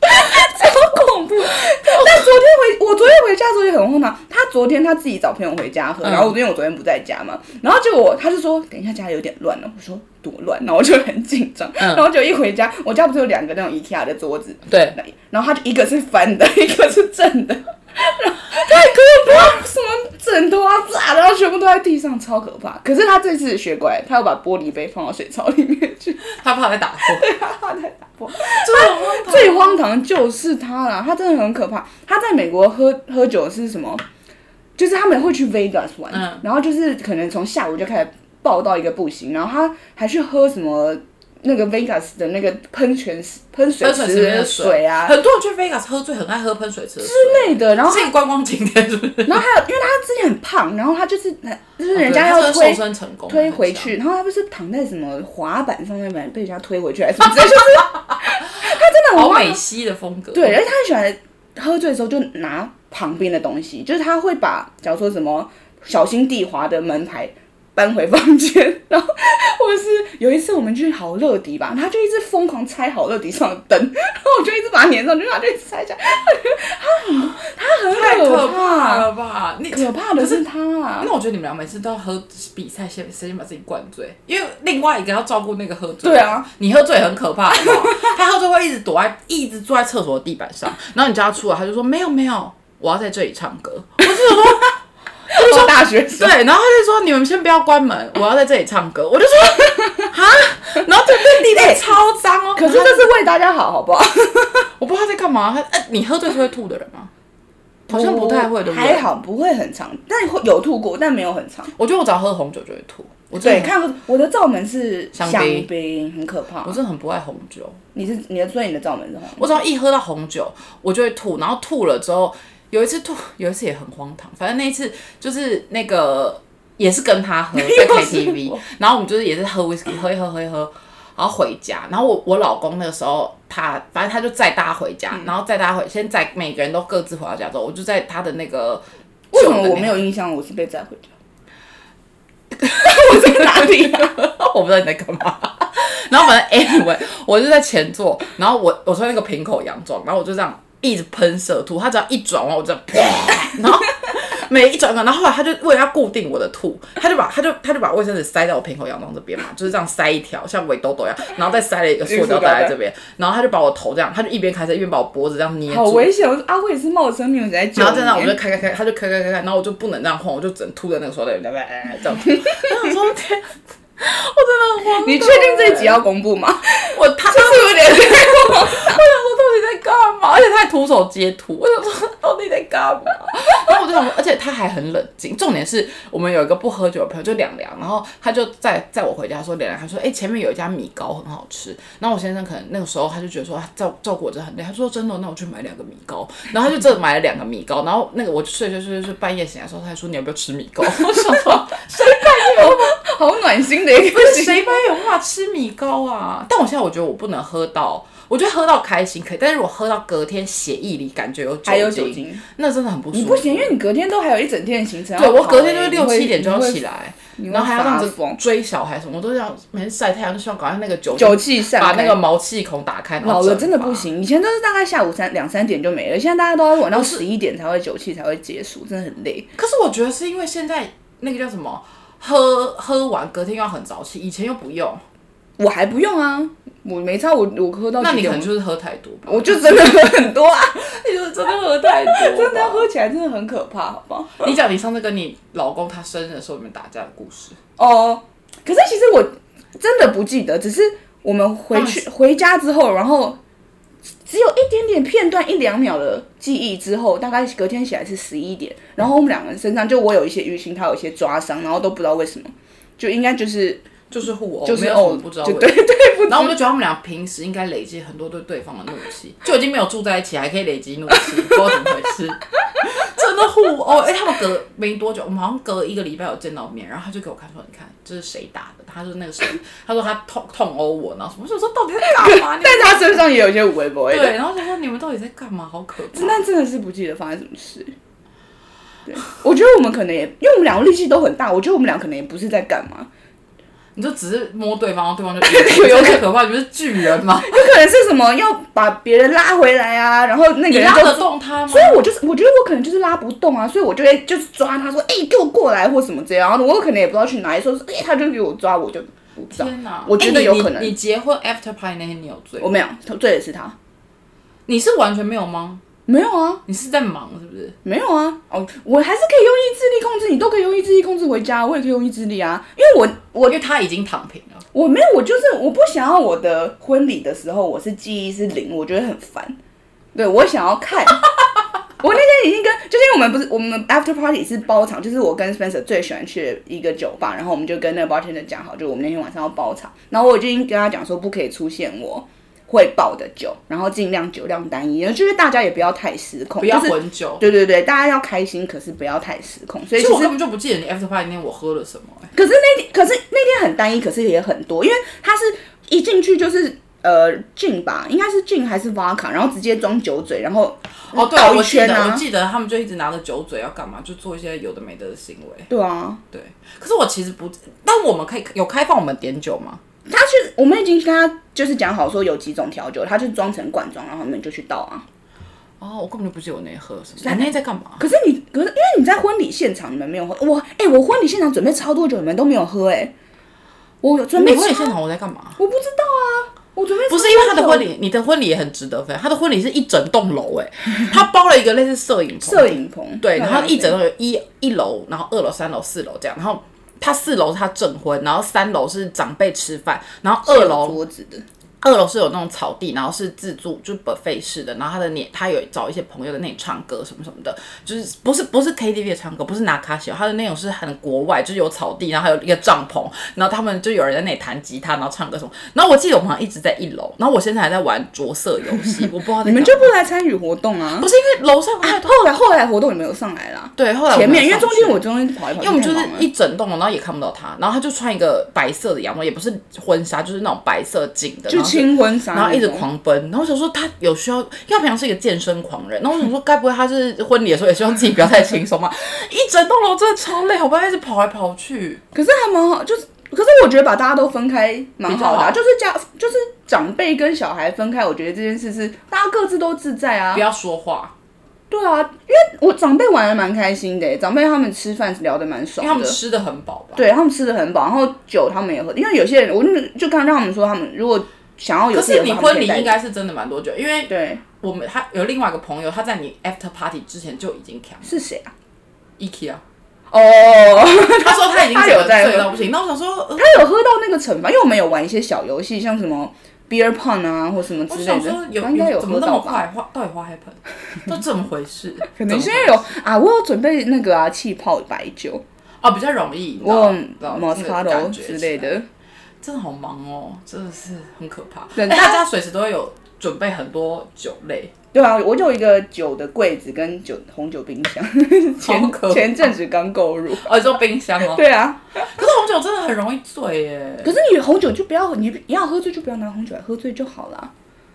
S2: 怕，超恐怖。但昨天回我昨天回家的时候也很荒唐，他昨天他自己找朋友回家喝，
S1: 嗯
S2: 然后我因为我昨天不在家嘛，然后结果他就说等一下家里有点乱了，我说多乱，然后我就很紧张，
S1: 嗯
S2: 然后就一回家，我家不是有两个那种 IKEA 的桌子，
S1: *laughs* 对，
S2: 然后他就一个是翻的，一个是正的，太可怕！什么枕头啊、炸的，然后全部都在地上，超可怕。可是他这次学乖，他要把玻璃杯放到水槽里面去，
S1: 他怕被打破，
S2: 他在打破。
S1: 真的
S2: *laughs*
S1: 很荒唐。
S2: 最荒唐的就是他啦，他真的很可怕。他在美国喝喝酒是什么？ *laughs* 就是他们会去 Vegas 玩，
S1: 嗯
S2: 然后就是可能从下午就开始爆到一个不行，然后他还去喝什么那个 Vegas 的那个喷泉喷水
S1: 喷水池
S2: 池
S1: 里面
S2: 的
S1: 的
S2: 水啊
S1: 很多人去 Vegas 喝醉，很爱喝喷水池的水，
S2: 之类的，然后
S1: 是一个观光景点，是不是？
S2: 然后还有，因为他之前很胖，然后他就是很就是人家
S1: 哦对他
S2: 要
S1: 真的
S2: 推
S1: 瘦身成功，
S2: 推回
S1: 很
S2: 去，然后他不是躺在什么滑板上面，被人家推回去还是什么，就是他真的
S1: 像，
S2: 很
S1: 好
S2: 荒
S1: 美
S2: 唐
S1: 西的风格。
S2: 对，而且他很喜欢喝醉的时候就拿旁边的东西，就是他会把假如说什么小心地滑的门牌。搬回房间，然后或者是有一次我们去好乐迪吧，他就一直疯狂拆好乐迪上的灯，然后我就一直把它粘上去，他就一直拆下来，他很他
S1: 太
S2: 很
S1: 可怕
S2: 怕，
S1: 了吧！你
S2: 可怕的是他啊，
S1: 那我觉得你们俩每次都要喝比赛先先把自己灌醉，因为另外一个要照顾那个喝醉。
S2: 对啊，
S1: 你喝醉也很可怕，好不好他喝醉会一直躲在，一直坐在厕所的地板上，然后你叫他出来，他就说没有没有，我要在这里唱歌。
S2: 就是大学生。
S1: 对，然后他就说你们先不要关门，我要在这里唱歌。我就说哈，然后整个地
S2: 哎
S1: 板超脏哦。
S2: *laughs* 可是这是为大家好，好不好？
S1: 我不知道他在干嘛，他哎、你喝醉是会吐的人吗？ *laughs* 好像不太会，对不对？
S2: 还好不会很长，但会有吐过，但没有很长。
S1: 我觉得我只要喝红酒就会吐。我真的
S2: 对，
S1: 很，
S2: 看我的罩门是
S1: 香槟
S2: 槟，很可怕
S1: 我。真的很不爱红酒。
S2: 你是你的，所以你的罩门是红的。
S1: 我只要一喝到红酒，我就会吐，然后吐了之后，有一次吐，有一次也很荒唐，反正那一次就是那个也是跟他喝在
S2: *laughs* 又是
S1: KTV，
S2: 我
S1: 然后我们就是也是喝 whisky，喝一喝喝一喝，然后回家，然后我我老公那个时候他反正他就载大家回
S2: 嗯
S1: 家，然后载大家回，先载每个人都各自回到家之后，我就在他的那个
S2: 为什么我
S1: 旧的那
S2: 没有印象？我是被载回家。我在哪里啊？
S1: *laughs* 我不知道你在干嘛。然后反正 anyway，我就在前座，然后我我穿那个 *laughs* 平口洋装，然后我就这样一直喷射吐，他只要一转弯，我就这样啪，然后每一转弯，然后后来他就为了要固定我的吐，他就把他就他就把卫生纸塞在我瓶口阳洞这边嘛，就是这样塞一条像围兜兜一样，然后再塞了一个塑料袋在这边，然后他就把我头这样，他就一边开车一边把我脖子这样捏
S2: 好
S1: 住，
S2: 危险！我说阿慧也是冒着生命危险在救
S1: 然后在
S2: 你
S1: 那我就开开开，他就开开开开，然后我就不能这样晃，我就只能吐在那个塑料袋里面，哎这样吐。 *laughs* 我想说天，我真的很荒
S2: *laughs* 你确
S1: 唐
S2: 定这一集要公布吗？ *laughs*
S1: 我 *laughs* 他
S2: 这是有点太过
S1: 我
S2: 分
S1: 想说到底在干嘛？而且他还徒手截图，我想说到底在干嘛？ *laughs* 然后我就想说，而且他还很冷静。重点是我们有一个不喝酒的朋友，就凉凉，然后他就载载我回家说，凉凉他说，哎、前面有一家米糕很好吃。然后我先生可能那个时候他就觉得说，啊照照顾我真的很累，他说真的哦，那我去买两个米糕。然后他就真的买了两个米糕，然后那个我就睡睡睡睡睡，半夜醒来的时候，他还说你要不要吃米糕？ *laughs* 我想说。
S2: 好暖心的
S1: *laughs*
S2: 一
S1: 不
S2: 个
S1: 是
S2: 行
S1: 谁班有办法吃米糕啊？但我现在我觉得我不能喝到，我觉得喝到开心可以，但是如果喝到隔天血液里感觉有酒精，
S2: 还有酒精，
S1: 那真的很不舒
S2: 你
S1: 服。
S2: 不行，因为你隔天都还有一整天的行程要
S1: 对
S2: 跑欸。
S1: 我隔天就是
S2: 你
S1: 六
S2: 会
S1: 七点就要
S2: 你会
S1: 起来，
S2: 你会
S1: 然后还要这样
S2: 发
S1: 子
S2: 疯
S1: 追小孩什么，我都这样每天晒太阳，就希望赶快那个酒
S2: 酒气散
S1: 把
S2: 开
S1: 那个毛气孔打开。然后
S2: 老了
S1: 蒸
S2: 真的
S1: 发
S2: 不。行，以前都是大概下午三两三点就没了，现在大家都要玩到十一点才会酒气才会结束，真的很累。
S1: 可是我觉得是因为现在那个叫什么，喝喝完隔天又要很早起，以前又不用。
S2: 我还不用啊，我没差，我我喝到
S1: 那
S2: 几
S1: 你可
S2: 点
S1: 能
S2: 我
S1: 就是喝太
S2: *laughs*
S1: 多吧？
S2: 我就真的喝很
S1: *laughs*
S2: 多啊，
S1: 你就是 *laughs* 真的喝太多，
S2: 真的要喝起来真的很可怕，好不好？
S1: *laughs* 你讲你上次跟你老公他生日的时候你们打架的故事，
S2: 哦，可是其实我真的不记得，只是我们回去回家之后，然后只有一点点片段一两秒的记忆之后，大概隔天起来是十一点，然后我们两个人身上就我有一些淤青，他有一些抓伤，然后都不知道为什么，就应该就是
S1: 就是互殴，
S2: 就是
S1: 没有什
S2: 哦
S1: 么不知道
S2: 就
S1: 为
S2: 对
S1: 什么
S2: 对不知
S1: 然后我们就觉得他们俩平时应该累积很多对对方的怒气，就已经没有住在一起，还可以累积怒气，不知道怎么回
S2: *laughs*
S1: 事。真的互殴，哎、他们隔没多久，我们好像隔一个礼拜有见到面，然后他就给我看说，你看这是谁打的？他说那个谁，他说他痛痛殴我，然后什么？我想说到底在干
S2: *laughs*
S1: 嘛？你们
S2: *laughs* 但他身上也有一些无微不微的，
S1: 对，然啊后就说你们到底在干嘛？好可怕！
S2: 但真的是不记得发生什么事。对，我觉得我们可能也，因为我们两个力气都很大，我觉得我们俩可能也不是在干嘛，
S1: 你就只是摸对方，然后对方
S2: *laughs*
S1: 就有点可怕，你们是巨人吗？
S2: 有可能是什么要把别人拉回来啊，然后那
S1: 你
S2: 个人
S1: 拉
S2: 就
S1: 得动他吗
S2: 所？以我就是，我觉得我可能就是拉不动啊，所以我就会就是抓他说，哎、给我过来或什么这样，然后我可能也不知道去哪里，说是，哎、他就给我抓，我就不知道
S1: 天哪，，
S2: 我觉
S1: 哎
S2: 得
S1: 你
S2: 有可能，
S1: 你你结婚 after party 那天你有醉吗？
S2: 我没有，他对的是他，
S1: 你是完全没有吗？
S2: 没有啊，
S1: 你是在忙是不是？
S2: 没有啊，哦，我还是可以用意志力控制，你都可以用意志力控制回家，我也可以用意志力啊，因为我
S1: 因
S2: 我
S1: 为他已经躺平了。
S2: 我没有，我就是我不想要我的婚礼的时候我是记忆是零，我觉得很烦，对我想要看。 *laughs* 我那天已经跟，就是因为我们不是我们 after party 是包场，就是我跟 Spencer 最喜欢去的一个酒吧，然后我们就跟那个 bartender 讲好，就我们那天晚上要包场，然后我就已经跟他讲说不可以出现我会爆的酒，然后尽量酒量单一，就是大家也不要太失控，
S1: 不要
S2: 就是
S1: 混酒。
S2: 对对对，大家要开心，可是不要太失控，所以
S1: 其实
S2: 其实
S1: 我根本就不记得你 after party 那天我喝了什么、欸
S2: 可是那天，可是那天很单一，可是也很多，因为它是一进去就是呃进吧，应该是进还是 vodka，然后直接装酒嘴，然后
S1: 哦，对啊，
S2: 倒
S1: 我
S2: 一
S1: 记
S2: 圈
S1: 得，我
S2: 啊，
S1: 记得他们就一直拿着酒嘴要干嘛，就做一些有的没的的行为。
S2: 对啊，
S1: 对，可是我其实不，但我们可以有开放我们点酒吗？
S2: 他去我们已经跟他就是讲好说有几种调酒，他就装成罐装，然后我们就去倒啊。
S1: 哦，我根本就不记得我那天喝了什么。你那天在干嘛？
S2: 可是你，可是因为你在婚礼现场你们没有喝，我哎、我婚礼现场准备超多酒，你们都没有喝哎、我有准备
S1: 你
S2: 超
S1: 婚礼现场我在干嘛？
S2: 我不知道啊，我准备
S1: 不是
S2: 超
S1: 因为他的
S2: 多
S1: 婚
S2: 酒
S1: 礼，你的婚礼也很值得分享。他的婚礼是一整栋楼，哎，他包了一个类似摄影棚，
S2: 摄影棚
S1: 对，然后一整
S2: 对
S1: 栋有一一楼，然后二楼、三楼、四楼这样，然后他四楼是他证婚，然后三楼是长辈吃饭，然后二楼
S2: 桌子的。
S1: 二楼是有那种草地，然后是自助，就是 buffet 式的。然后他的年，他有找一些朋友在那里唱歌什么什么的，就是不是不是 KTV 的唱歌，不是拿卡西欧，他的那种是很国外，就是有草地，然后还有一个帐篷，然后他们就有人在那里弹吉他，然后唱歌什么。然后我记得我们好像一直在一楼，然后我现在还在玩着色游戏，我不知道在
S2: *laughs* 你们
S1: 干
S2: 就
S1: 嘛
S2: 不来参与活动啊？
S1: 不是因为楼上太多。
S2: 后来后来活动你们有上来啦，
S1: 对，后来我
S2: 前
S1: 们
S2: 面因为
S1: 上
S2: 中
S1: 去
S2: 间我中间跑一跑，
S1: 因为我们就是
S2: 太忙了
S1: 一整栋楼，然后也看不到他，然后他就穿一个白色的洋装，也不是婚纱，就是那种白色紧的，
S2: 就
S1: 然后
S2: 清婚纱那种，
S1: 然后一直狂奔，然后我想说他有需要，因为他平常是一个健身狂人，然后我想说该不会他是婚礼的时候也希望自己不要太轻松嘛？一整栋楼真的超累，好不好？一直跑来跑去，
S2: 可是还蛮好，就是。可是我觉得把大家都分开蛮好的、啊，
S1: 比
S2: 就是家就是长辈跟小孩分开，我觉得这件事是大家各自都自在啊
S1: 不。要说话，
S2: 对啊，因为我长辈玩的蛮开心的，欸长辈他们吃饭聊得蛮
S1: 因
S2: 爽
S1: 为他们
S2: 的。
S1: 吃的很饱吧？
S2: 对他们吃的很饱，然后酒他们也喝，因为有些人我就就刚刚让他们说，他们如果想要有
S1: 可
S2: 自己
S1: 是
S2: 的
S1: 你
S2: 房间
S1: 婚礼
S2: 带
S1: 应该是真的蛮多久，因为
S2: 对
S1: 我们他有另外一个朋友，他在你 after party 之前就已经扛
S2: 是谁啊？ *laughs*
S1: IKEA，
S2: 哦，
S1: 他说他已经
S2: 他
S1: 整
S2: 有
S1: 个
S2: 在
S1: 醉
S2: 喝
S1: 到不行。那我想说，呃
S2: 他有喝到那个惩罚，因为我们有玩一些小游戏，像什么 beer pong 啊，或什么之
S1: 我
S2: 类
S1: 想
S2: 的
S1: 说，有
S2: 他应该
S1: 有怎么
S2: 喝
S1: 那么
S2: 到吧？
S1: 快花到底花 happen，都
S2: *laughs*
S1: 怎么回事？
S2: 可能
S1: 怎
S2: 现
S1: 么回
S2: 在
S1: 事
S2: 有啊，我有准备那个啊气泡白酒，
S1: 哦，比较容易，
S2: 我嗯有
S1: 摩擦
S2: moscato 之
S1: 那个
S2: 类，
S1: 感觉起来
S2: 的，
S1: 真的好忙哦，真的是很可怕。
S2: 对
S1: 哎大家随时都会有准备很多酒类，
S2: 对啊，我就有一个酒的柜子跟酒红酒冰箱，
S1: *laughs* 好可
S2: 前前阵子刚购入。
S1: 哦，你说冰箱哦，
S2: 对啊，
S1: 可是红酒真的很容易醉耶。
S2: 可是你红酒就不要，你你要喝醉就不要拿红酒来喝醉就好啦。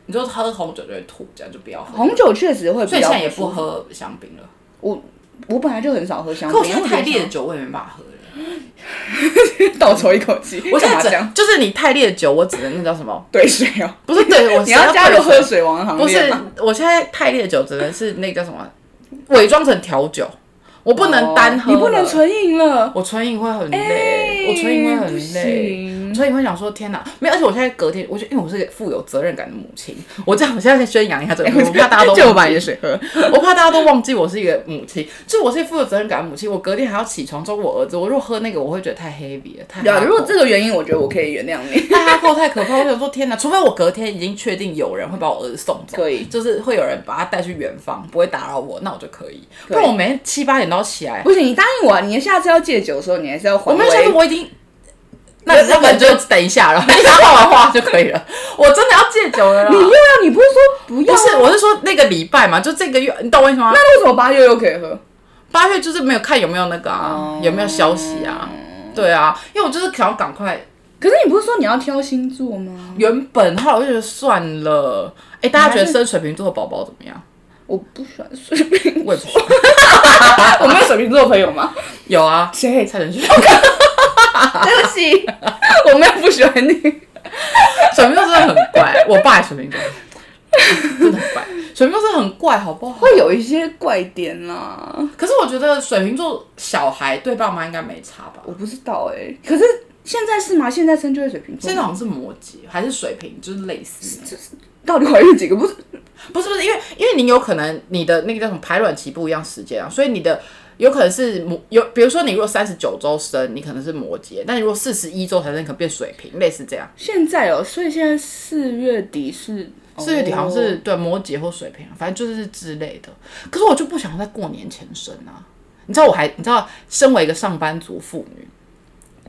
S1: 你就喝红酒就会吐，这样就不要喝。
S2: 红酒确实哦会比
S1: 所以
S2: 较
S1: 现在也
S2: 舒
S1: 不
S2: 服。
S1: 喝香槟了。
S2: 我我本来就很少喝香
S1: 可
S2: 槟，
S1: 我现在太烈
S2: 因
S1: 的酒我也没办法喝了。
S2: 为我觉得 *laughs* 倒抽一口气，
S1: 我现
S2: 干嘛
S1: 在
S2: 这样
S1: 只就是你太烈的酒，我只能那叫什么？
S2: 兑水哦。
S1: 不是
S2: *laughs*
S1: 对我
S2: 你要加入
S1: 谁
S2: 喝水王行
S1: 不
S2: 列
S1: 是
S2: 吗？，
S1: 我现在太烈酒只能是那个叫什么，伪装成调酒，我不能单喝、
S2: 哦你不能，纯饮了。
S1: 我纯饮会很累，
S2: 哎
S1: 我纯饮会
S2: 不
S1: 很累。
S2: 行
S1: 所以你会想说，天哪，没有，而且我现在隔天，我就因为我是个负有责任感的母亲，我这样我现在在宣扬一下这个，我怕大家都
S2: 哎就我
S1: 忘
S2: 把
S1: 记
S2: 你的水喝。
S1: 我怕大家都忘记我是一个母亲，就我是一个负有责任感的母亲，我隔天还要起床照顾我儿子，我如果喝那个，我会觉得太 heavy 了，太
S2: *laughs* 对啊，
S1: hardcore
S2: 如果这个原因，我觉得我可以原谅你。
S1: 太哈扣太可怕，我 *laughs* 想说天哪！除非我隔天已经确定有人会把我儿子送走，
S2: 可以
S1: 就是会有人把他带去远方，不会打扰我，那我就可以。不然我每天七八点都要起来，
S2: *laughs* 不行，你答应我，你下次要戒酒的时候，你还是要还
S1: 我没有想
S2: 我
S1: 说我已经。那要不然就等一下，然后 *laughs* 你画完画就可以了。我真的要戒酒了啦
S2: 你又要，你不是说不要？啊
S1: 不是，我是说那个礼拜嘛，就这个月，你懂我意思吗？
S2: 那为什么八月又可以喝？
S1: 八月就是没有看有没有那个
S2: 哦
S1: 啊，有没有消息啊？对啊，因为我就是想要赶快
S2: 可是你不是说你要挑星座吗？
S1: 原本后来我就觉得算了。哎、大家觉得生水瓶座的宝宝怎么样？
S2: 我不喜欢水 *laughs* 瓶，
S1: 我也不喜欢。
S2: 我没有水瓶座的朋友吗？
S1: 有啊，
S2: 谁？
S1: 蔡仁旭， *laughs*
S2: 对不起， *laughs* 我没有不喜欢你。
S1: 水瓶座真的很怪。我爸也水瓶座，真的很怪。水瓶座真的很怪，好不好？
S2: 会有一些怪点啦，
S1: 可是我觉得水瓶座小孩对爸妈应该没差吧？
S2: 我不知道哎、可是现在是吗？现在生就会水瓶座
S1: 现在
S2: 吗，
S1: 好像是摩羯还是水瓶，就是类似的。
S2: 到底怀孕几个？不是
S1: 不是不是，因为因为你有可能你的那个叫什么排卵期不一样时间啊，所以你的有可能是摩有，比如说你如果三十九周生，你可能是摩羯，但你如果四十一周才生，你可能变水瓶，类似这样。
S2: 现在哦，所以现在四月底是
S1: 四月底好像是、
S2: 哦
S1: 对摩羯或水瓶，啊反正就是之类的。可是我就不想在过年前生啊，你知道我还你知道，身为一个上班族妇女。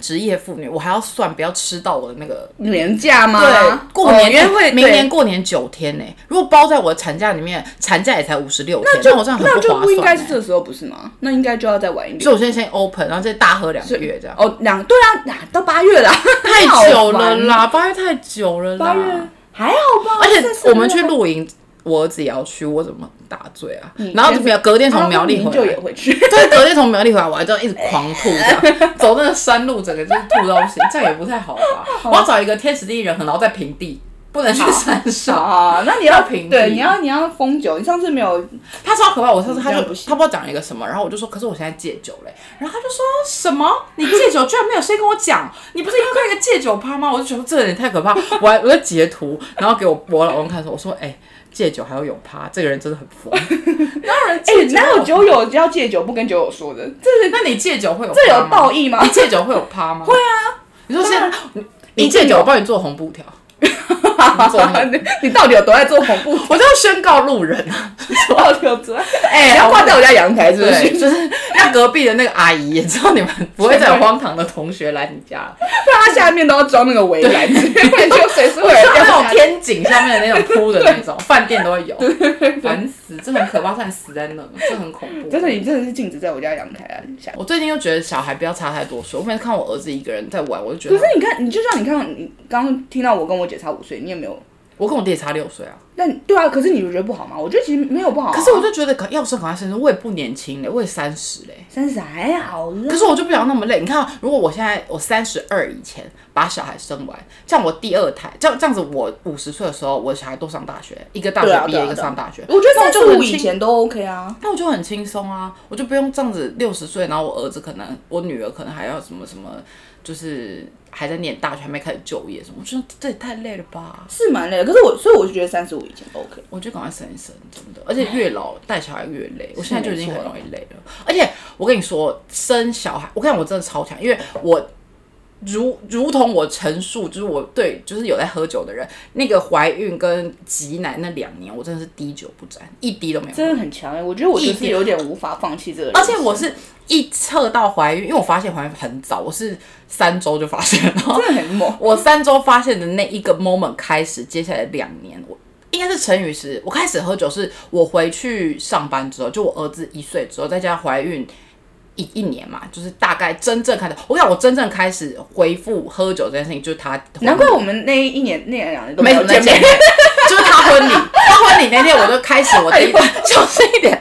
S1: 职业妇女，我还要算不要吃到我的那个
S2: 年假吗？
S1: 对过年、
S2: 哦、约会，
S1: 明
S2: 对
S1: 年过年九天呢、如果包在我的产假里面，产假也才五十六天，那
S2: 就
S1: 我这样很
S2: 那就
S1: 划
S2: 不
S1: 算、欸。
S2: 应该是这时候不是吗？那应该就要再晚一
S1: 所
S2: 点。
S1: 以我现在先 open，然后再大喝两个月这样。
S2: 哦，两对啊，啊到八月啦，
S1: 太久了
S2: 哦好烦，
S1: 啦，八月太久了啦。
S2: 八月还好吧？
S1: 而
S2: 四
S1: 且
S2: 四
S1: 我们
S2: 六
S1: 去露营，我儿子也要去，我怎么大醉啊
S2: 你？
S1: 然后
S2: 先
S1: 苗隔天从
S2: 啊
S1: 苗栗
S2: 明
S1: 回
S2: 就
S1: 来
S2: 也，会去，
S1: *laughs* 对，隔天从苗栗回来，我还这样一直狂吐，这
S2: *laughs*
S1: 样走那个山路，整个就是吐到不行，这样也不太好吧？我要找一个天时地利人和，然后再平地，不能去山 *laughs* 上。
S2: 啊，那你要
S1: 要平
S2: 对，
S1: 地
S2: 你要你要封酒，你上次没有
S1: 他超可怕，我上次他
S2: 这
S1: 就
S2: 样
S1: 他不知
S2: 不
S1: 道讲了一个什么，然后我就说，可是我现在戒酒嘞、然后他就说什么？你戒酒居然没有先跟我讲，你不是应该开一个戒酒趴吗？我就觉得这人也太可怕，我还我在截图，然后给我我老公看说，我说哎、戒酒还要有趴，这个人真的很疯。哪有 *laughs* 人
S2: 哎
S1: 戒，酒？
S2: 哪有酒友要戒酒不跟酒友说的？这是
S1: 那你戒酒会有
S2: 这
S1: 趴
S2: 有
S1: 吗
S2: 道义吗
S1: 你？戒酒会有趴吗？会啊。你说现在你你
S2: 一定
S1: 戒酒，
S2: 有
S1: 我帮你做红布条。你做那个
S2: *laughs* 你到底有多爱做恐
S1: *laughs*
S2: 怖？
S1: 我就要宣告路人啊，
S2: 到底有多爱？
S1: 哎
S2: 你要挂在我家阳台是不
S1: 对，*laughs*
S2: 是？
S1: 就是那隔壁的那个阿姨也知道你们不会再有荒唐的同学来你家了，
S2: 不然它下面都要装那个围栏，不然就随
S1: *laughs*
S2: 时会有人掉
S1: 那
S2: 下
S1: 种
S2: 来。
S1: 天井下面的那种铺的那种，饭店都会有，烦死，这很可怕，差点死在那，这很恐怖。
S2: *laughs* 真的，你真的是禁止在我家阳台啊！你想，
S1: 我最近又觉得小孩不要差太多岁，我每次看我儿子一个人在玩，我就觉
S2: 可
S1: 得
S2: 是你看，你就像你看，你刚刚听到我跟我姐差五岁，你也没有
S1: 我跟我弟也差六岁啊，
S2: 但对啊，可是你觉得不好吗？我觉得其实没有不好啊、
S1: 可是我就觉得，可要生赶快生，我也不年轻了，我也三十嘞。
S2: 三十还好啦。
S1: 可是我就不想那么累。你看，啊如果我现在我三十二以前把小孩生完，像我第二胎，这样这样子，我五十岁的时候，我的小孩都上大学，一个大
S2: 对啊
S1: 学毕业，
S2: 对啊
S1: 一个
S2: 对啊
S1: 上大学。
S2: 我觉得
S1: 那
S2: 三
S1: 我就
S2: 十
S1: 很
S2: 五以
S1: 轻
S2: 前都 OK 啊。
S1: 那我就很轻松啊，我就不用这样子六十岁，然后我儿子可能，我女儿可能还要什么什么，就是还在念大学，还没开始就业什么，我觉得这也太累了吧。
S2: 是蛮累的，可是我所以我就觉得三十五以前都 OK。
S1: 我就赶快生一生，真的，而且越老带小孩越累，我现在就已经
S2: 哦没
S1: 很
S2: 错
S1: 容易累了。而且我跟你说，生小孩，我跟你讲，我真的超强，因为我如如同我陈述，就是我对就是有在喝酒的人，那个怀孕跟挤奶那两年，我真的是滴酒不沾，一滴都没有喝。
S2: 真的很强哎、我觉得我就是
S1: 一
S2: 有点无法放弃这个人
S1: 而
S2: 生，
S1: 且我是一测到怀孕，因为我发现怀孕很早，我是三周就发现了。
S2: 真的很猛。
S1: *laughs* 我三周发现的那一个 moment 开始，接下来两年我。应该是成语时，我开始喝酒是我回去上班之后，就我儿子一岁之后，再加上怀孕一一年嘛，就是大概真正开始。我想我真正开始恢复喝酒这件事情，就是他婚礼
S2: 难怪我们那一年、那两年都
S1: 没
S2: 有
S1: 有
S2: 见 *laughs*
S1: 见面
S2: 面，，
S1: *laughs* 就是他婚礼，他婚礼那天我就开始我第一
S2: 哎
S1: *laughs* 就是一点，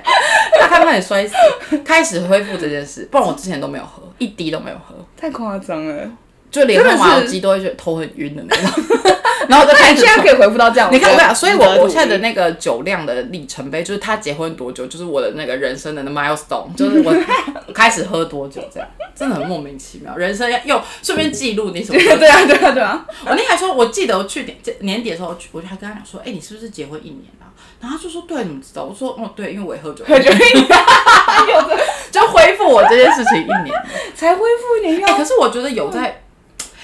S1: 他看差点摔死，开始恢复这件事，不然我之前都没有喝，一滴都没有喝，
S2: 太夸张了。
S1: 就连
S2: 真的
S1: 喝麻油
S2: 是
S1: 鸡都会觉得头很晕的那种， *laughs* 然后我就
S2: 那
S1: 开
S2: 你
S1: 始
S2: 现。在可以回复到这样，
S1: 你看，
S2: 我
S1: 我
S2: 觉得
S1: 想，所以
S2: 值得
S1: 我我
S2: 努
S1: 现在的
S2: 力
S1: 那个酒量的里程碑，就是他结婚多久，就是我的那个人生的那 milestone，就是我 *laughs* 开始喝多久这样，真的很莫名其妙。人生要又顺便记录你什么时候
S2: *laughs* 对啊，对啊，对啊，
S1: 我那天还说，我记得我去年这年底的时候，我去我就还跟他讲说，哎、你是不是结婚一年了、然后他就说，对，你怎么知道？我说，哦，对，因为我也喝酒，
S2: 我觉得有的
S1: 就恢复我这件事情一年。
S2: *laughs* 才恢复一年
S1: 哎、
S2: 要
S1: 可是我觉得有嗯在，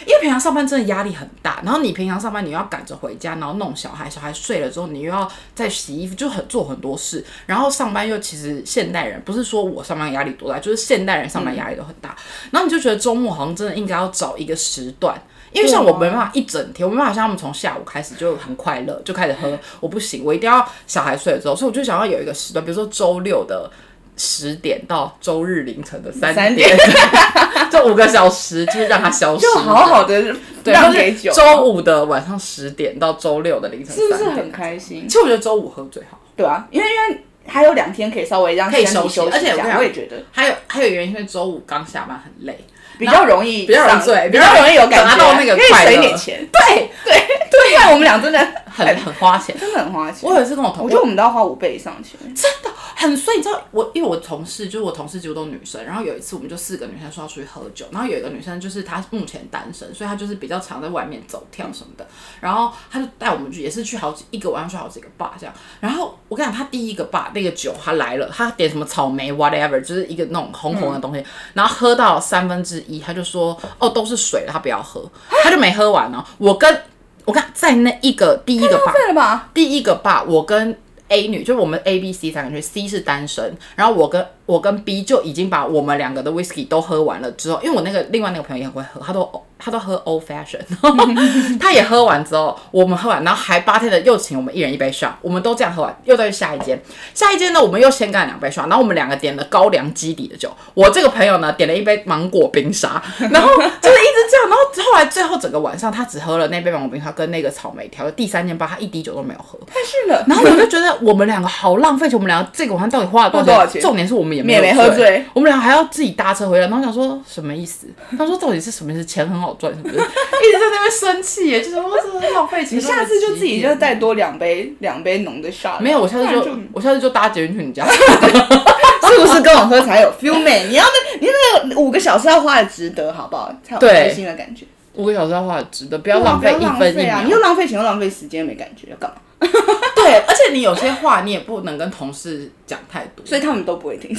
S1: 因为平常上班真的压力很大，然后你平常上班你又要赶着回家，然后弄小孩，小孩睡了之后你又要再洗衣服，就很做很多事，然后上班又其实现代人不是说我上班压力多大，就是现代人上班压力都很大，然后你就觉得周末好像真的应该要找一个时段。因为像我没办法一整天，我没办法像他们从下午开始就很快乐，就开始喝，我不行，我一定要小孩睡了之后，所以我就想要有一个时段，比如说周六的十点到周日凌晨的三
S2: 三
S1: 点， *laughs* 这五个小时就是让它消失，
S2: 就好好的
S1: 对，
S2: 让
S1: 或
S2: 给
S1: 是
S2: 酒，
S1: 周五的晚上十点到周六的凌晨
S2: 是不
S1: 三
S2: 是
S1: 点。
S2: 很开心
S1: 其？实我觉得周五喝最好，
S2: 对啊，因为因为还有两天可以稍微让
S1: 可以
S2: 身
S1: 休
S2: 体
S1: 息
S2: 休息
S1: 而且
S2: 一
S1: 我
S2: 下，
S1: 想
S2: 我也觉得
S1: 还有还有原因，因为周五刚下班很累，
S2: 比较容易
S1: 比较容易
S2: 上
S1: 醉
S2: 比较容易有感
S1: 拿
S2: 觉，
S1: 到那个
S2: 可以
S1: 快乐
S2: 省一点钱。
S1: 对，
S2: *laughs* 对，啊因为我们俩真的
S1: 很很花钱。
S2: *laughs* 真的很花钱。
S1: 我有一次跟我同
S2: 我觉得我们都要花五倍以上的钱。
S1: 很衰，你知道我，因为我同事就是我同事几乎都女生，然后有一次我们就四个女生说要出去喝酒，然后有一个女生就是她目前单身，所以她就是比较常在外面走跳什么的，然后她就哎带我们去，也是去好几一个晚上去好几个 bar 这样，然后我跟你讲，她第一个 bar 那个酒她来了，她点什么草莓 whatever，就是一个那种红红的东西，然后喝到三分之一，她就说哦都是水了，她不要喝，她就没喝完哦，我跟我看在那一个第一个 bar。
S2: 对了吧？
S1: 第一个吧，我跟 A 女，就我们 A、B、C 三个人去，C 是单身，然后我跟我跟 B 就已经把我们两个的 whisky 都喝完了之后，因为我那个另外那个朋友也很会喝，他都他都喝 old fashion，他也喝完之后，我们喝完，然后还八天的又请我们一人一杯 shot，我们都这样喝完，又再去下一间，下一间呢我们又先干两杯 shot，然后我们两个点了高粱基底的酒，我这个朋友呢点了一杯芒果冰
S2: *laughs*
S1: 沙，然后就是一直这样，然后后来最后整个晚上他只喝了那杯芒果冰沙跟那个草莓调的第三间吧，他一滴酒都没有喝，
S2: 但是呢，
S1: 然后我就觉得我们两个好浪费钱，我们两个这个晚上到底花了多少
S2: 花
S1: 钱？
S2: *laughs* 多少钱
S1: 重点是我们也
S2: 也
S1: 有
S2: 没喝醉，
S1: 我们俩还要自己搭车回来。然后想说什么意思？他说到底是什么意思？钱很好赚，是
S2: *laughs*
S1: 不是？一直在那边生气耶，就是我真的浪费钱。
S2: 你下次就自己就再多两杯两杯浓的 shot。
S1: *laughs* 没有，我下次
S2: 不然
S1: 就我下次就搭捷运去你家。
S2: *laughs* 是不是跟我喝才有 feel 美？你要那你那个五个小时要花的值得，好不好？才有
S1: 对
S2: 开心的感觉。
S1: 五个小时要花的值得，不
S2: 不
S1: 要浪费
S2: 要
S1: 一
S2: 浪
S1: 分一
S2: 费
S1: 秒。
S2: 啊！ *laughs* 你又浪费钱又浪费时间，没感觉，要干嘛？
S1: 对，而且你有些话你也不能跟同事讲太多，
S2: 所以他们都不会听。 *laughs*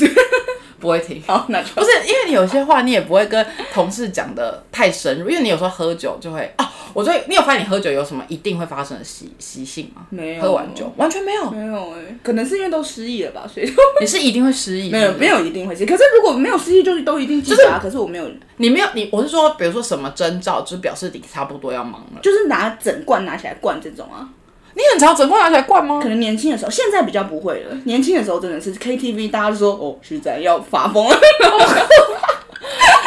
S1: 不会听。
S2: 好，那就
S1: 不是，因为你有些话你也不会跟同事讲的太深入，因为你有时候喝酒就会啊，我最你有发现你喝酒有什么一定会发生的习习性吗？
S2: 没有
S1: 喝完酒完全没有，
S2: 没有哎，可能是因为都失忆了吧，所以就 *laughs*
S1: 你是一定会失忆，
S2: 没有
S1: 是不
S2: 没
S1: 是，
S2: 有一定会记。可是如果没有失忆，就是都一定记得啊。可是我没有，
S1: 你没有你，我是说，比如说什么征兆，就是表示你差不多要忙了。
S2: 就是拿整罐拿起来灌这种啊。
S1: 你很常整罐拿起来灌吗 *laughs*
S2: 可？能年轻的时候，现在比较不会了。年轻的时候真的是 KTV，大家就说哦，徐仔要发疯了。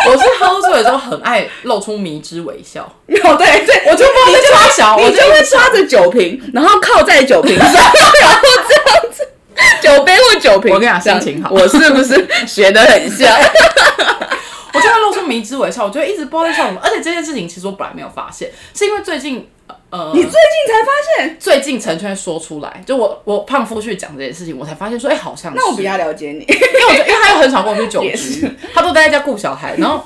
S1: 我是喝醉之后很爱露出迷之微笑，
S2: 哦，对对，我就不
S1: 你就会想我
S2: 我
S1: 就
S2: 就会抓着酒瓶，然后靠在酒瓶上，然后这 *laughs* 样子，酒杯或酒瓶。
S1: 我跟你讲
S2: 这样
S1: 心情好
S2: 我是不是学的很像？
S1: 我就会露出迷之微笑，我就会一直不知道在笑什么。而且这件事情其实我本来没有发现，是因为最近呃
S2: *laughs* 你最近才发 *laughs* 现？
S1: 最近陈圈说出来，就我我胖夫去讲这件事情，我才发现说，哎、好像是
S2: 那我比较了解你。
S1: 因为我觉得，因为他又很少跟我去酒
S2: 也
S1: 局
S2: 是，
S1: 他都待在家顾小孩，然后。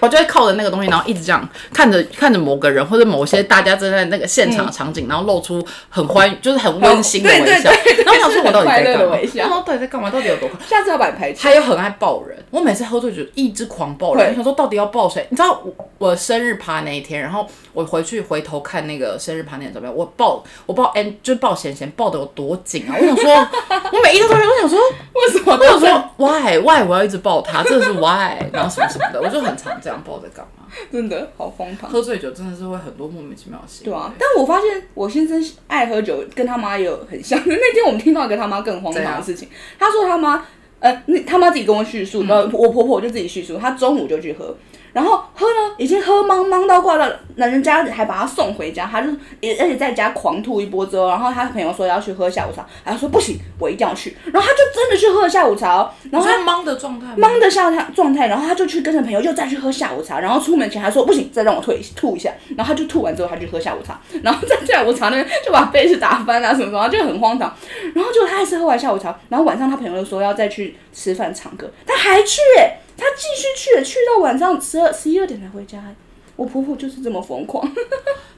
S1: 我就会靠着那个东西，然后一直这样看着看着某个人或者某些大家正在那个现场的场景，然后露出很欢，就是很温馨的
S2: 嗯对
S1: 微笑
S2: 对对对。
S1: 然后我想说，我到底在
S2: 是很快乐
S1: 干
S2: 的
S1: 嘛
S2: 微？笑
S1: 然后到底在干嘛？到底有多快？
S2: 下次要把你排除。
S1: 他又很爱抱人，我每次喝醉酒一直狂抱人，
S2: 会
S1: 我想说到底要抱谁？你知道我我生日趴那一天，然后我回去回头看那个生日趴那张照片，我抱我抱 N 就是抱贤贤抱的有多紧啊！我想说， *laughs* 我每一张照片都想说，
S2: 为什么
S1: 我想说 why why 我要一直抱他，这是 why，然后什么什么的，我就很常这样抱着干嘛？
S2: *laughs* 真的好荒唐？
S1: 喝醉酒真的是会很多莫名其妙的行为。
S2: 对啊，但我发现我先生爱喝酒，跟他妈也有很像。 *laughs* 那天我们听到一个他妈更荒
S1: 怎
S2: 唐
S1: 样
S2: 的事情，他说他妈，呃，那他妈自己跟我叙述，
S1: 嗯
S2: 然后我婆婆就自己叙述，她中午就去喝，然后喝呢已经喝茫茫到挂到，那人家还把她送回家，她就也而且在家狂吐一波之后，然后她朋友说要去喝下午茶，然后她说不行，我一定要去，然后她就真的去喝了下午茶、哦，然
S1: 我
S2: 后
S1: 是
S2: 她
S1: 懵的状态吗，
S2: 懵的下他状态，然后他就去跟着朋友又再去喝下午茶，然后出门前还说不行，再让我吐一吐一下，然后他就吐完之后他去喝下午茶，然后在下午茶那边就把杯子打翻啊什么什么，就很荒唐。然后就他还是喝完下午茶，然后晚上他朋友又说要再去吃饭唱歌，他还去、欸，他继续去、去到晚上十二十一二点才回家、欸我婆婆就是这么疯狂，哎、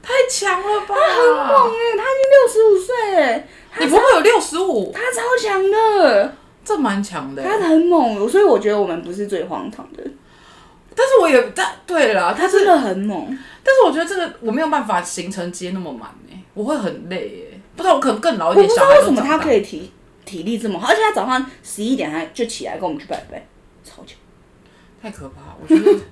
S1: 太强了吧？
S2: 她已经六十五岁，哎，
S1: 你不会有六十五，
S2: 她超强的，
S1: 这蛮强的欸。
S2: 她很猛，所以我觉得我们不是最荒唐的，
S1: 但是我也但对啦，
S2: 她
S1: 但
S2: 真
S1: 啊是
S2: 的很猛。
S1: 但是我觉得这个我没有办法行程接那么满哎、我会很累哎、不知道我可能更老一
S2: 我不
S1: 点，
S2: 知
S1: 小
S2: 道
S1: 孩
S2: 为
S1: 都
S2: 什么他
S1: 长大
S2: 可以体体力这么好，而且他早上十一点还就起来跟我们去拜拜，超强。
S1: 太可怕，我觉得。 *laughs*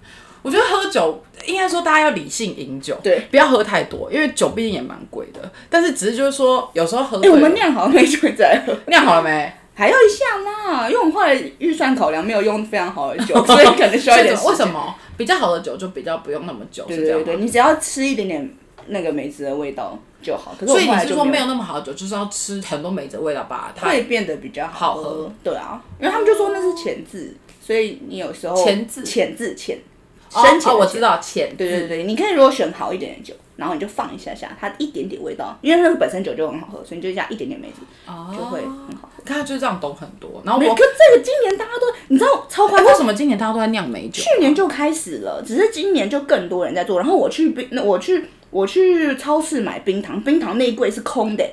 S1: 我觉得喝酒应该说大家要理性饮酒，
S2: 对，
S1: 不要喝太多，因为酒毕竟也蛮贵的。但是只是就是说，有时候喝
S2: 哎、
S1: 醉了，
S2: 我们酿好像没酒再喝，
S1: 酿好了没？
S2: 还要一下啦，因为我们后来预算考量没有用非常好的酒，所以可 *laughs* 能
S1: *laughs*
S2: 需要一点
S1: 为什
S2: 么？
S1: 么比较好的酒就比较不用那么久？
S2: 对
S1: 是这样
S2: 对
S1: 吗
S2: 对，你只要吃一点点那个梅子的味道就好。可是我
S1: 所以
S2: 们后
S1: 你
S2: 来
S1: 是
S2: 就
S1: 说没
S2: 没
S1: 有那么好的酒，就是要吃很多梅子味道把它
S2: 会变得比较好
S1: 好喝。
S2: 对啊，因为他们就说那是潜质，所以你有时候
S1: 潜质
S2: 潜质潜
S1: 哦
S2: 深潜
S1: 哦，
S2: 的
S1: 我
S2: 潜
S1: 知道浅，
S2: 对对对，你可以如果选好一点的酒，然后你就放一下下，它一点点味道，因为那个本身酒就很好喝，所以你就加一点点梅子，
S1: 哦
S2: 就会很好喝。
S1: 看他就是这样懂很多。然后
S2: 没
S1: 我
S2: 有，可这个今年大家都，你知道超
S1: 哎
S2: 夸张
S1: 为，什么今年大家都在酿美酒？
S2: 去年就开始了，只是今年就更多人在做。然后我去冰，那我去我去超市买冰糖，冰糖那一柜是空的、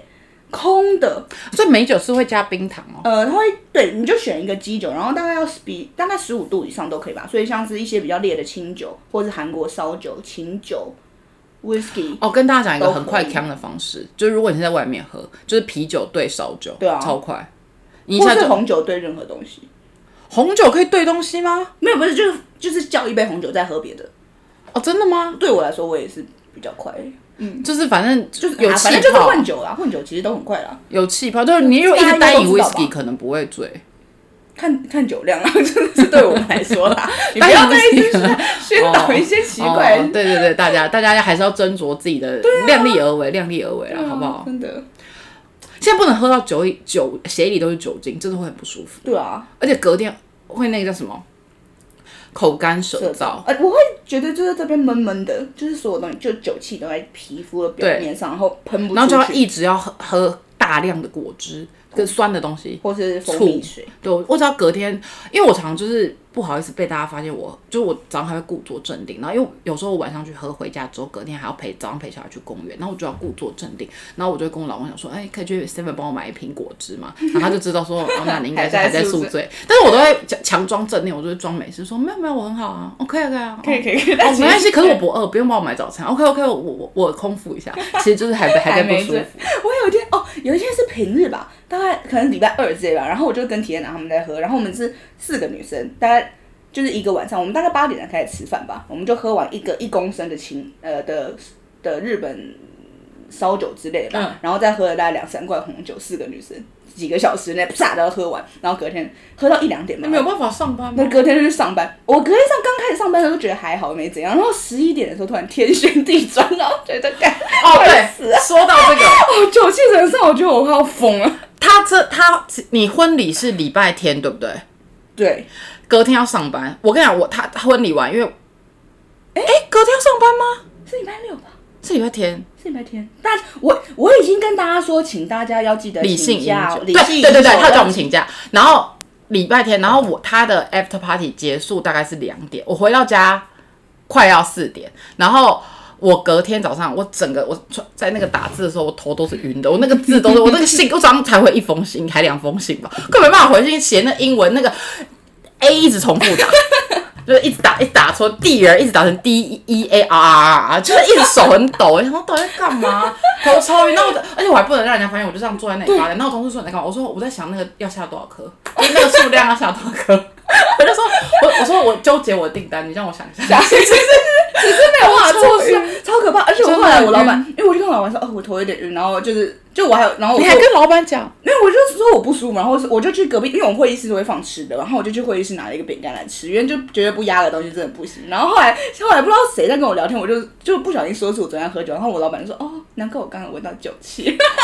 S2: 空的，
S1: 所以美酒是会加冰糖哦。
S2: 呃，它会对，你就选一个基酒，然后大概要比大概十五度以上都可以吧。所以像是一些比较烈的清酒，或是韩国烧酒、琴酒、whisky，
S1: 哦，跟大家讲一个
S2: 都可以
S1: 很快呛的方式，就是如果你是在外面喝，就是啤酒兑烧酒，
S2: 对啊
S1: 超快，你一
S2: 或
S1: 下
S2: 是
S1: 就
S2: 红酒兑任何东西。
S1: 红酒可以兑东西吗？
S2: 没有，不是，就是就是叫一杯红酒再喝别的。
S1: 哦，真的吗？
S2: 对我来说，我也是比较快，
S1: 就是反正
S2: 嗯就是
S1: 有
S2: 啊
S1: 气
S2: 反正就是
S1: 泡，
S2: 混酒啦，混酒其实都很快啦，
S1: 有气泡，就是你如果一
S2: 大
S1: 直
S2: 家
S1: 单
S2: 应该
S1: 饮
S2: 都知道吧
S1: whisky 可能不会
S2: *laughs*
S1: 醉，
S2: 看看酒量啦，真的是对我们来说
S1: *laughs*
S2: 啦。你不要再一直宣 *laughs* 宣导一些奇怪
S1: 哦
S2: 啊的，
S1: 对对对，大家大家还是要斟酌自己的量力而为，量力而为啦，哦好不好？
S2: 啊真的，
S1: 现在不能喝到酒里酒血里都是酒精，真的会很不舒服，
S2: 对啊，
S1: 而且隔天会那个叫什么口干舌燥。
S2: 呃，我会觉得就是这边闷闷的，就是所有东西，就酒气都在皮肤的表面上，然后喷不
S1: 然后就
S2: 出
S1: 要
S2: 去，
S1: 一直要喝喝大量的果汁跟酸的东西。
S2: 或是蜂蜜水。
S1: 对，我我只要隔天，因为我常常就是不好意思被大家发现我，就是我早上还会故作镇定，然后因为有时候我晚上去喝，回家之后隔天还要陪早上陪小孩去公园，然后我就要故作镇定，然后我就跟我老公讲说，哎、可以去 Seven 帮我买一瓶果汁
S2: *laughs*
S1: 嘛，然后他就知道说，哦，那你应该是还
S2: 还在
S1: 在
S2: 宿
S1: 宿醉，但是我都会强强装镇定，我就会装没事，说没有没有，我很好啊，OK OK 啊，
S2: 可以可以可以，
S1: 哦，
S2: 但其
S1: 没关
S2: 实
S1: 系，可是我不饿，不用帮我买早餐。OK OK，我我我空腹一下，其实就是还在还在不舒
S2: 还没
S1: 服
S2: 醉。 *laughs* 我有一天哦，有一天是平日吧，大概可能礼拜二之类吧，然后我就跟体验男他们在喝，然后我们是四个女生，大概就是一个晚上，我们大概八点才开始吃饭吧，我们就喝完一个一公升的清呃的
S1: 嗯
S2: 的日本烧酒之类的吧，然后再喝了大概两三罐红酒，四个女生几个小时内啪都要喝完，然后隔天喝到一两点吧
S1: 你没。有办法上班
S2: 那
S1: 吗？
S2: 隔天就去上班，我隔天上刚开始上班的时候觉得还好，没怎样。然后十一点的时候突然天旋地转，然后觉得干
S1: 哦，
S2: 快死
S1: 对，说到这个，
S2: 哦，酒气沉上，我觉得我快要疯了。
S1: 他这他你婚礼是礼拜天对不对？
S2: 对，
S1: 隔天要上班。我跟你讲，我他他婚礼完，因为哎、隔天要上班吗？
S2: 是礼拜六吧？
S1: 是礼拜天，
S2: 是礼拜天。大我我已经跟大家说，请大家要记得
S1: 理性
S2: 请
S1: 饮
S2: 假
S1: 酒
S2: 哦，，理
S1: 对
S2: 性饮
S1: 对
S2: 酒
S1: 对对，他叫我们请假，然后礼拜天，然后我他的 after party 结束大概是两点，我回到家快要四点，然后。我隔天早上，我整个我穿在那个打字的时候，我头都是晕的，我那个字都是我那个信，我早上才回一封信，还两封信吧，根本没办法回信，写那英文那个 A 一直重复打，就是一直打，一直打错地人，一直打成 D E A R R R，就是一直手很抖。我想说到底在干嘛？头超晕，那我就而且我还不能让人家发现，我就这样坐在那里发呆。那我同事说你在干嘛？我说我在想那个要下多少颗，就是那个数量要下多少颗。 *laughs* 我就说，我我说我纠结我的订单，你让我想一下。 *laughs*
S2: 没有办法做
S1: 我
S2: 事，超可怕。而且我后来
S1: 真的
S2: 我老板，因为我就跟我老板说，哦，我头有点晕，然后就是就我还有，然后我
S1: 你
S2: 说
S1: 还跟老板讲？
S2: 没有，我就说我不舒服，然后我就去隔壁，因为我们会议室都会放吃的，然后我就去会议室拿了一个饼干来吃，因为就绝对不压的东西真的不行。然后后来后来不知道谁在跟我聊天，我就就不小心说出我昨天喝酒，然后我老板就说，哦，难怪我刚刚闻到酒气。 *laughs*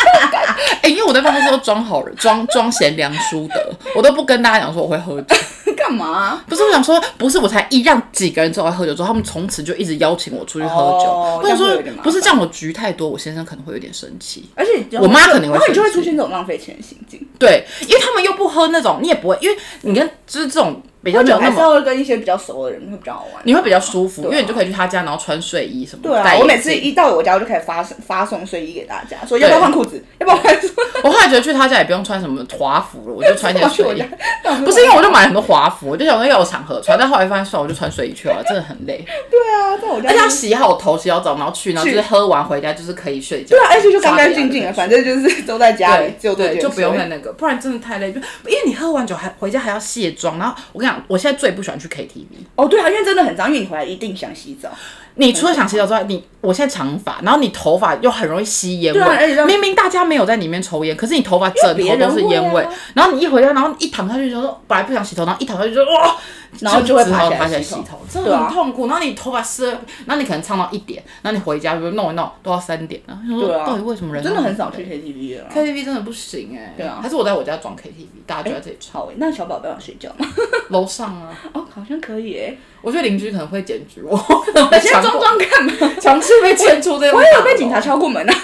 S1: 哎、因为我在办公室都装好人，装装贤良淑德，我都不跟大家讲说我会喝酒。
S2: 干嘛啊？
S1: 不是我想说，不是我才一让几个人知道我在喝酒之后，他们从此就一直邀请我出去喝
S2: 哦
S1: 酒。我想
S2: 这样会
S1: 说
S2: 有点麻，烦
S1: 不是这样，我局太多，我先生可能会有点生气。
S2: 而且
S1: 我妈肯定会
S2: 然后你就会
S1: 生气
S2: 出现这种浪费钱的行径。
S1: 对，因为他们又不喝那种，你也不会，因为你跟就是这种比较
S2: 喝
S1: 没
S2: 酒
S1: 有那
S2: 还是
S1: 么，
S2: 要跟一些比较熟的人会比较好玩。
S1: 你会比较舒服，
S2: 对啊
S1: 因为你就可以去他家，然后穿睡衣什么。
S2: 对啊
S1: 戴，眼
S2: 我每次
S1: 镜
S2: 一到我家，我就开始发发送睡衣给大家，说要不要换裤子，要不要换什么？
S1: 我后来觉得去他家也不用穿什么华服了，我就穿一件
S2: *laughs* 去我
S1: 睡衣
S2: 家。，那我
S1: 不是因为我就买了很多华服，我就想说要有场合穿，但后来发现算了，我就穿睡衣去了，真的很累。
S2: 对啊，在我家
S1: 而且
S2: 就
S1: 要
S2: 是。
S1: 洗好头、洗好澡，然后去，然后就是喝完回家就是可以睡觉。
S2: 对啊，而且就干干净净
S1: 刷牙就可以
S2: 的，反正就是 *laughs* 都在家里
S1: 对，
S2: 就
S1: 对，就不用
S2: 在
S1: 在那个，不然真的太累。就因为你喝完酒还回家还要卸妆，然后我跟你讲，我现在最不喜欢去 KTV。
S2: 哦，对啊，因为真的很脏，因为你回来一定想洗澡。
S1: 你除了想洗澡之外，你我现在长发，然后你头发又很容易吸烟味。
S2: 对啊而且让
S1: 明明大家没有在里面抽烟，可是你头发整
S2: 别
S1: 头
S2: 人
S1: 都是烟味。
S2: 会啊
S1: 然后你一回家，然后一躺下去就说哦本来不想洗头，然后一躺下去就哇，
S2: 然后就会
S1: 只好
S2: 爬起来
S1: 爬起来
S2: 洗
S1: 洗
S2: 头
S1: 头，真
S2: 对
S1: 的
S2: 啊
S1: 很痛苦。然后你头发湿了，然后你可能唱到一点，然后你回家就弄一弄都要三点，然后就
S2: 对
S1: 说
S2: 啊
S1: 嗯到底为什么人
S2: 真的很少
S1: 那么
S2: 去 KTV 了啦。
S1: KTV 真的不行哎、
S2: 对啊
S1: 还是我在我家装 KTV，大家就在这里唱，
S2: 好欸，那小宝贝想睡觉吗？ *laughs*
S1: 楼上啊。
S2: 哦，好像可以
S1: *laughs*
S2: 诶。
S1: 我觉得邻居可能会检举我，我
S2: 你
S1: *laughs*
S2: 现在装装干嘛？
S1: 强制被迁出这样。
S2: 我也有被警察敲过门啊。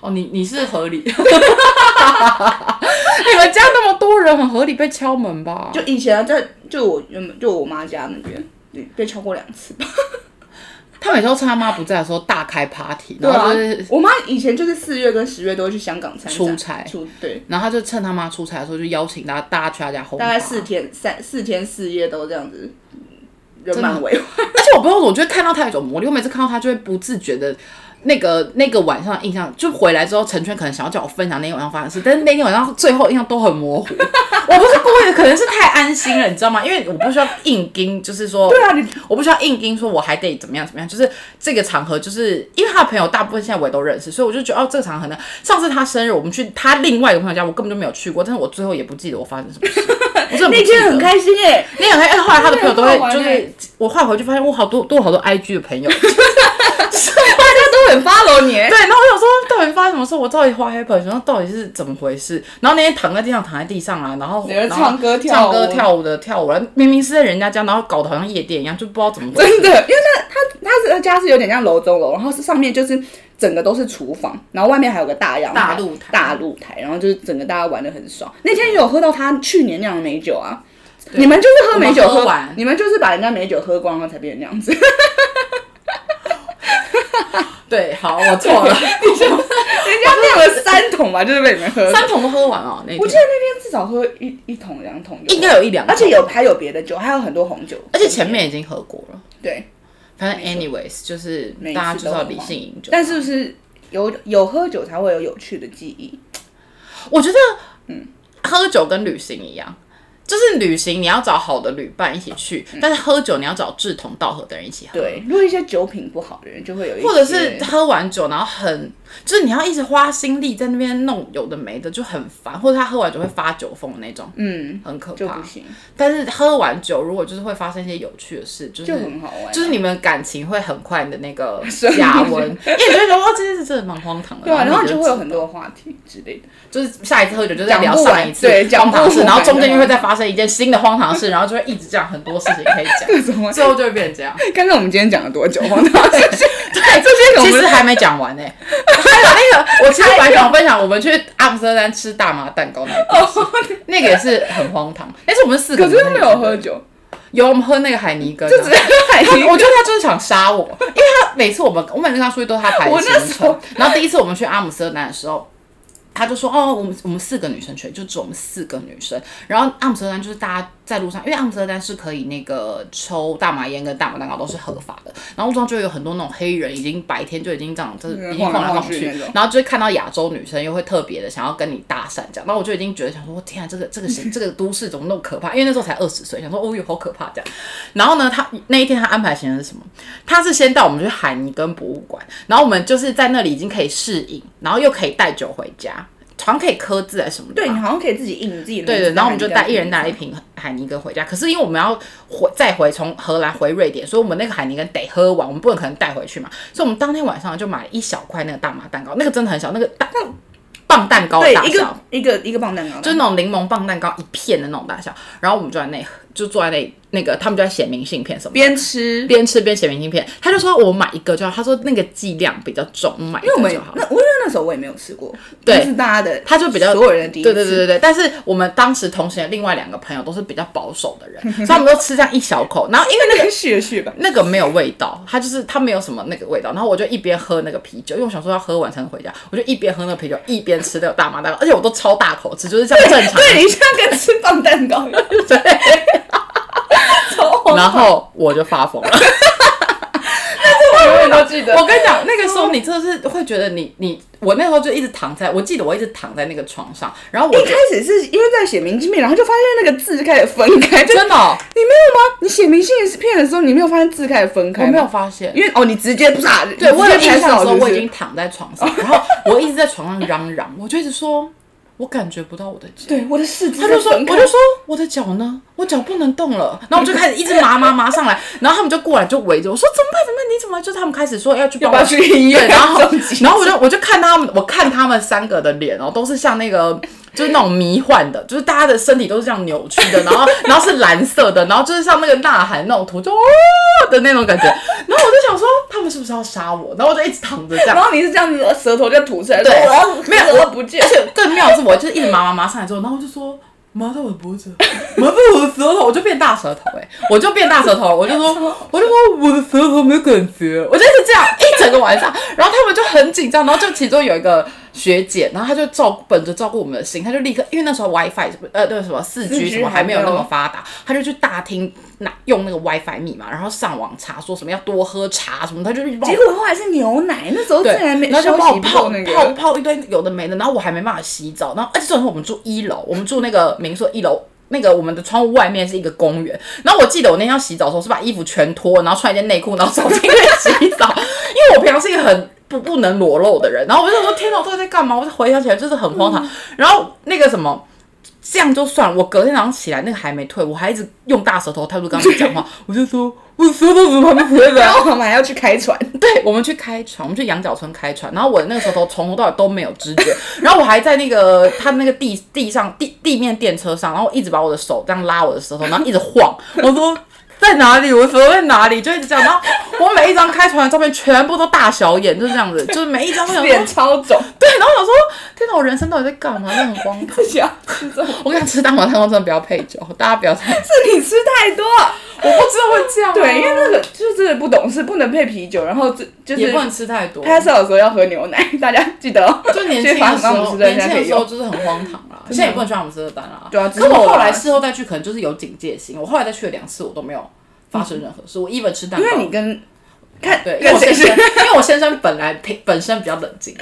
S1: 哦，你你是合 *laughs* 理，你们家那么多人，很合理被敲门吧？
S2: 就以前啊在就我原本就我妈家那边，对，被敲过两次吧。
S1: 他每次都趁他妈不在的时候大开 party，
S2: 对
S1: 然
S2: 啊
S1: 后就是，，
S2: 我妈以前就是四月跟十月都会去香港参展
S1: 出差
S2: 出对，
S1: 然后他就趁他妈出差的时候就邀请大家大家去他家轰趴，
S2: 大概四天三四天四夜都这样子，人满为患。
S1: 而且我不知道，我觉得看到他有一种魔力，我每次看到他就会不自觉的。那个那个晚上的印象，就回来之后，陈圈可能想要叫我分享那天晚上发生的事，但是那天晚上最后印象都很模糊。我不是故意的，可能是太安心了，你知道吗？因为我不需要硬盯，就是说，
S2: 对啊，你
S1: 我不需要硬盯说我还得怎么样怎么样，就是这个场合，就是因为他的朋友大部分现在我也都认识，所以我就觉得哦，这个场合呢，上次他生日我们去他另外一个朋友家，我根本就没有去过，但是我最后也不记得我发生什么事，我真的不
S2: *laughs* 那
S1: 记
S2: 天
S1: 得
S2: 很开心哎、
S1: 那两天，后来他的朋友都
S2: 真的很
S1: 会
S2: 好
S1: 就
S2: 玩欸
S1: 是，我后来回去发现我好多多了好多 IG 的朋
S2: *laughs*
S1: 友，就是大家都很发。
S2: follow 你、欸
S1: 对，然后我想说，到底发生什么事？我到底花黑本，然后到底是怎么回事？然后那天躺在地上，躺在地上啊，然后
S2: 你在
S1: 然后
S2: 唱歌跳
S1: 唱
S2: 舞
S1: 歌跳舞的跳舞了，明明是在人家家，然后搞得好像夜店一样，就不知道怎么回事。
S2: 真的，因为那他他他家是有点像楼中楼，然后是上面就是整个都是厨房，然后外面还有个大阳台
S1: 大露台
S2: 大露台，然后就是整个大家玩的很爽。那天也有喝到他去年酿的美酒啊，你们就是喝美酒
S1: 我们喝完
S2: 你们就是把人家美酒喝光了才变成那样子。
S1: *laughs* 对，好，我错
S2: *laughs*
S1: 了，
S2: 人家酿了三桶吧，就是被你们喝。
S1: 三桶都喝完哦。那
S2: 我记
S1: 天
S2: 得那天至少喝一一桶两桶有，
S1: 应该有一两，
S2: 而且有，还有别的酒，还有很多红酒，
S1: 而且前面已经喝过了。
S2: 对，
S1: 反正 anyways，就是
S2: 每一次
S1: 大家就是
S2: 都
S1: 要
S2: 很
S1: 理
S2: 忙
S1: 性饮酒。
S2: 但是不是有有喝酒才会有有趣的记忆？
S1: 我觉得，嗯，喝酒跟旅行一样，就是旅行你要找好的旅伴一起去，但是喝酒你要找志同道合的人一起喝。
S2: 嗯对，嗯如果一些酒品不好的人，就会有一些，
S1: 或者是喝完酒，然后很就是你要一直花心力在那边弄有的没的，就很烦。或者他喝完酒会发酒疯的那种，
S2: 嗯，
S1: 很可
S2: 就
S1: 怕
S2: 不。行，
S1: 但是喝完酒，如果就是会发生一些有趣的事，就是
S2: 就很好玩啊。
S1: 就是你们感情会很快的那个
S2: *laughs* 生日
S1: 加温，因为你就会觉得哦哇，这件事真的蛮荒唐的。
S2: 对啊，然后你就会有
S1: 知
S2: 很多话题之类的，
S1: 就是下一次喝酒就再聊
S2: 讲不完
S1: 上一次
S2: 对讲
S1: 荒唐的
S2: 不
S1: 事，
S2: 完
S1: 然后中间又会再发生一件新的荒唐的事，然后就会一直这样很多事情可以
S2: *laughs* 各
S1: 讲，
S2: 种话题。
S1: 最后就会变成这样。
S2: 刚刚我们今天讲了多 *laughs* 久？荒唐事情，对这些我
S1: 其
S2: 们
S1: 实还没讲完呢、还有那个，我其实蛮想分享，我们去阿姆斯特丹吃大麻蛋糕那个故事，那个也是很荒唐。但是我们四个
S2: 哦可
S1: 人
S2: 是没有
S1: 那
S2: 喝
S1: 个，
S2: 酒，
S1: 有我们喝那个海尼根啊，
S2: 就只是海
S1: 他
S2: 尼
S1: 我觉得他就是想杀我，因为他每次我们我每次跟他出去都是他排
S2: 我那
S1: 行
S2: 时候
S1: 程，然后第一次我们去阿姆斯特丹的时候。他就说：“哦，我们我们四个女生去，就只有我们四个女生。然后阿姆斯特丹就是大家在路上，因为阿姆斯特丹是可以那个抽大麻烟跟大麻蛋糕都是合法的。然后路上就有很多那种黑人，已经白天就已经这样，就是
S2: 嗯
S1: 已经晃来
S2: 晃来
S1: 晃
S2: 晃去
S1: 去
S2: 那种，
S1: 然后就会看到亚洲女生又会特别的想要跟你搭讪这样，然后我就已经觉得想说，我天啊，这个这个是这个都市怎么那么可怕？因为那时候才二十岁，想说哦哟好可怕这样。然后呢，他那一天他安排行程是什么？他是先带我们去海尼根博物馆，然后我们就是在那里已经可以试饮，然后又可以带酒回家，好像可以刻字还是什么的吧。
S2: *laughs* 对你好像可以自己印你自己的名
S1: 对
S2: 字，
S1: 对，然后我们就带一人带
S2: 拿
S1: 了一瓶海尼根回家。可是因为我们要回再回从荷兰回瑞典，所以我们那个海尼根得喝完，我们不能可能带回去嘛。所以我们当天晚上就买了一小块那个大麻蛋糕，那个真的很小，那个大棒蛋糕的
S2: 对
S1: 大
S2: 一
S1: 小
S2: 个，一个一个棒啊蛋糕，
S1: 就是那种柠檬棒蛋糕一片的那种大小。然后我们就在那就坐在那那个他们就在写明信片什么的。
S2: 边吃，
S1: 边吃边写明信片，他就说我买一个就好，他说那个剂量比较重，我买一
S2: 因为我
S1: 个
S2: 们
S1: 就好了。
S2: 那我因为那时候我也没有吃过，
S1: 对
S2: 就是大家的，
S1: 他就比较
S2: 所有人的第一
S1: 对
S2: 次，
S1: 对对对对，但是我们当时同行的另外两个朋友都是比较保守
S2: *laughs*
S1: 的人，所以我们都吃这样一小口，然后因为
S2: 那个续了续吧，
S1: 那个没有味道，它就是它没有什么那个味道，然后我就一边喝那个啤酒，因为我想说要喝完才能回家，我就一边喝那个啤酒一边吃那个大麻蛋糕，而且我都超大口吃，就是这样正常
S2: *laughs* *laughs* 对，你像跟吃棒蛋 *laughs* 糕一样，对，超好，
S1: 然后我就发疯了。
S2: *laughs* 我永远都记得
S1: 我跟你讲，那个时候你真的是会觉得你你我那时候就一直躺在，我记得我一直躺在那个床上，然后我
S2: *laughs* 一
S1: 就
S2: 开始是因为在写明信片，然后就发现那个字就开始分开，就
S1: 真的哦、
S2: 你没有吗？你写明信片的时候，你没有发现字开始分开
S1: 我
S2: 吗
S1: 没有，发现。
S2: 因为哦，你直接啪，
S1: 对，我有
S2: 有
S1: 印象的时候，我已经躺在床上，然后我一直在床上嚷嚷，我就一直说，我感觉不到我的脚。
S2: 对我的四肢
S1: 他
S2: 在
S1: 就说，我
S2: 分开，
S1: 就说我的脚呢？我脚不能动了。然后我就开始一直麻麻麻上来，然后他们就过来就围着我说怎么办？怎么办？你怎么办？就是他们开始说要去
S2: 要
S1: 帮
S2: 不
S1: 我
S2: 要去医
S1: 对，
S2: 院？
S1: 然
S2: *laughs*
S1: 后
S2: 这种急
S1: 然后我就我就看他们，我看他们三个的脸哦，都是像那个就是那种迷幻的，就是大家的身体都是这样扭曲的，然后 *laughs* 然后是蓝色的，然后就是像那个呐喊那种图就哦的那种感觉。然后我就想说，他们是不是要杀我？然后我就一直躺着这样
S2: 然。后你是这样子，舌头就吐出来，
S1: 对
S2: 说我要
S1: 没有
S2: 我要不见
S1: 而，且更妙的是，我就是一直麻麻麻上来之后，然后我就说麻到我的脖子， *laughs* 麻到我的舌头，我就变大舌头哎、我就变大舌头，我就 *laughs* 说，我就说我的舌头没感觉，我就是这样一整个晚上，然后他们就很紧张，然后就其中有一个。学姐，然后她就照顾本着照顾我们的心，她就立刻，因为那时候 WiFi 呃对什么四 G 什
S2: 4G
S1: 么还没有
S2: 还
S1: 那
S2: 没有
S1: 么发达，她就去大厅拿用那个 WiFi 密码，然后上网查说什么要多喝茶什么，她就一直帮我
S2: 结果后来是牛奶，那时候竟
S1: 对，
S2: 然没
S1: 然后就
S2: 休
S1: 帮我
S2: 息
S1: 泡
S2: 泡那
S1: 泡
S2: 个，
S1: 泡一堆有的没的，然后我还没办法洗澡，然后而且重点是我们住一楼，我们住那个民宿一楼。那个我们的窗户外面是一个公园，然后我记得我那天要洗澡的时候是把衣服全脱，然后穿一件内裤，然后走进去洗澡，因为我平常是一个很不不能裸露的人，然后我就想说天哪，我到底在干嘛？我就回想起来就是很荒唐。
S2: 嗯
S1: 然后那个什么，这样就算了，我隔天早上起来那个还没退，我还一直用大舌头态度跟他们讲话，我就说我的舌头怎么还没回来
S2: 然？后我们还要去开 *laughs* 船，
S1: *laughs* 对，我们去开船，我们去羊角村开船，然后我那个时候从头到尾都没有知觉，然后我还在那个他那个地地上地地面电车上，然后一直把我的手这样拉我的舌头，然后一直晃，我说。在哪里？我的舌头在哪里？就一直这样。然后我每一张开船的照片全部都大小眼，就是这样子，就是每一张都想说
S2: 脸超 *laughs* 肿，
S1: 对。然后我想说，天哪，我人生到底在干嘛？那很荒唐。
S2: 不想吃这种，
S1: 我跟你讲，吃大麻蛋糕真的不要配酒，大家不要这样。
S2: 是你吃太多。
S1: 我不知道会这样、啊
S2: 对，因为那个就是真的不懂事，不能配啤酒，然后就就
S1: 也
S2: 是
S1: 不能吃太多。
S2: 拍照的时候要喝牛奶， *laughs* 大家记得哦。
S1: *laughs* 就年轻的
S2: 去法
S1: 时
S2: 国阿姆
S1: 候，
S2: 斯特丹
S1: 年轻
S2: 可
S1: 的
S2: 以
S1: 时候
S2: 用。
S1: 就是很荒唐啦，现在也不能去阿姆斯特丹啦。
S2: 对啊
S1: 可
S2: 之
S1: 我
S2: 后啦
S1: 后来事后再去，可能嗯就是有警戒心。我后来再去了两次，我都没有发生任何事。我 even 吃蛋
S2: 因
S1: 糕，
S2: 为你跟看
S1: 对，因为
S2: 跟
S1: 我先
S2: 谁是
S1: 生， *laughs* 因为我先生本来平本身比较冷静，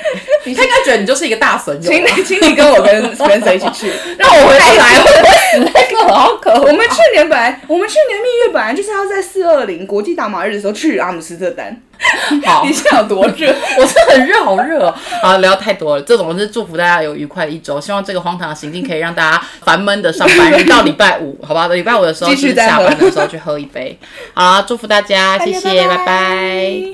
S1: 他应该觉 *laughs* 得你就是一个大损友
S2: 请
S1: 吧。
S2: 你，请你跟我
S1: *laughs*
S2: 跟跟谁一起去？
S1: 让我回去来，我死那个好可
S2: 我们去年本来，我们去年蜜月本来就是要在四二零国际打马日的时候去阿姆斯特丹，
S1: *laughs* 好
S2: 你，现在有多
S1: *laughs*
S2: 热？
S1: 我是很热，好热哦！啊，聊太多了，这种是祝福大家有愉快的一周，希望这个荒唐的行径可以让大家烦闷的上班日到礼拜五，好吧？礼拜五的时候
S2: 继续
S1: 就是
S2: 再
S1: 下
S2: 喝
S1: 班的时候去喝一杯。好，祝福大家，谢谢，拜拜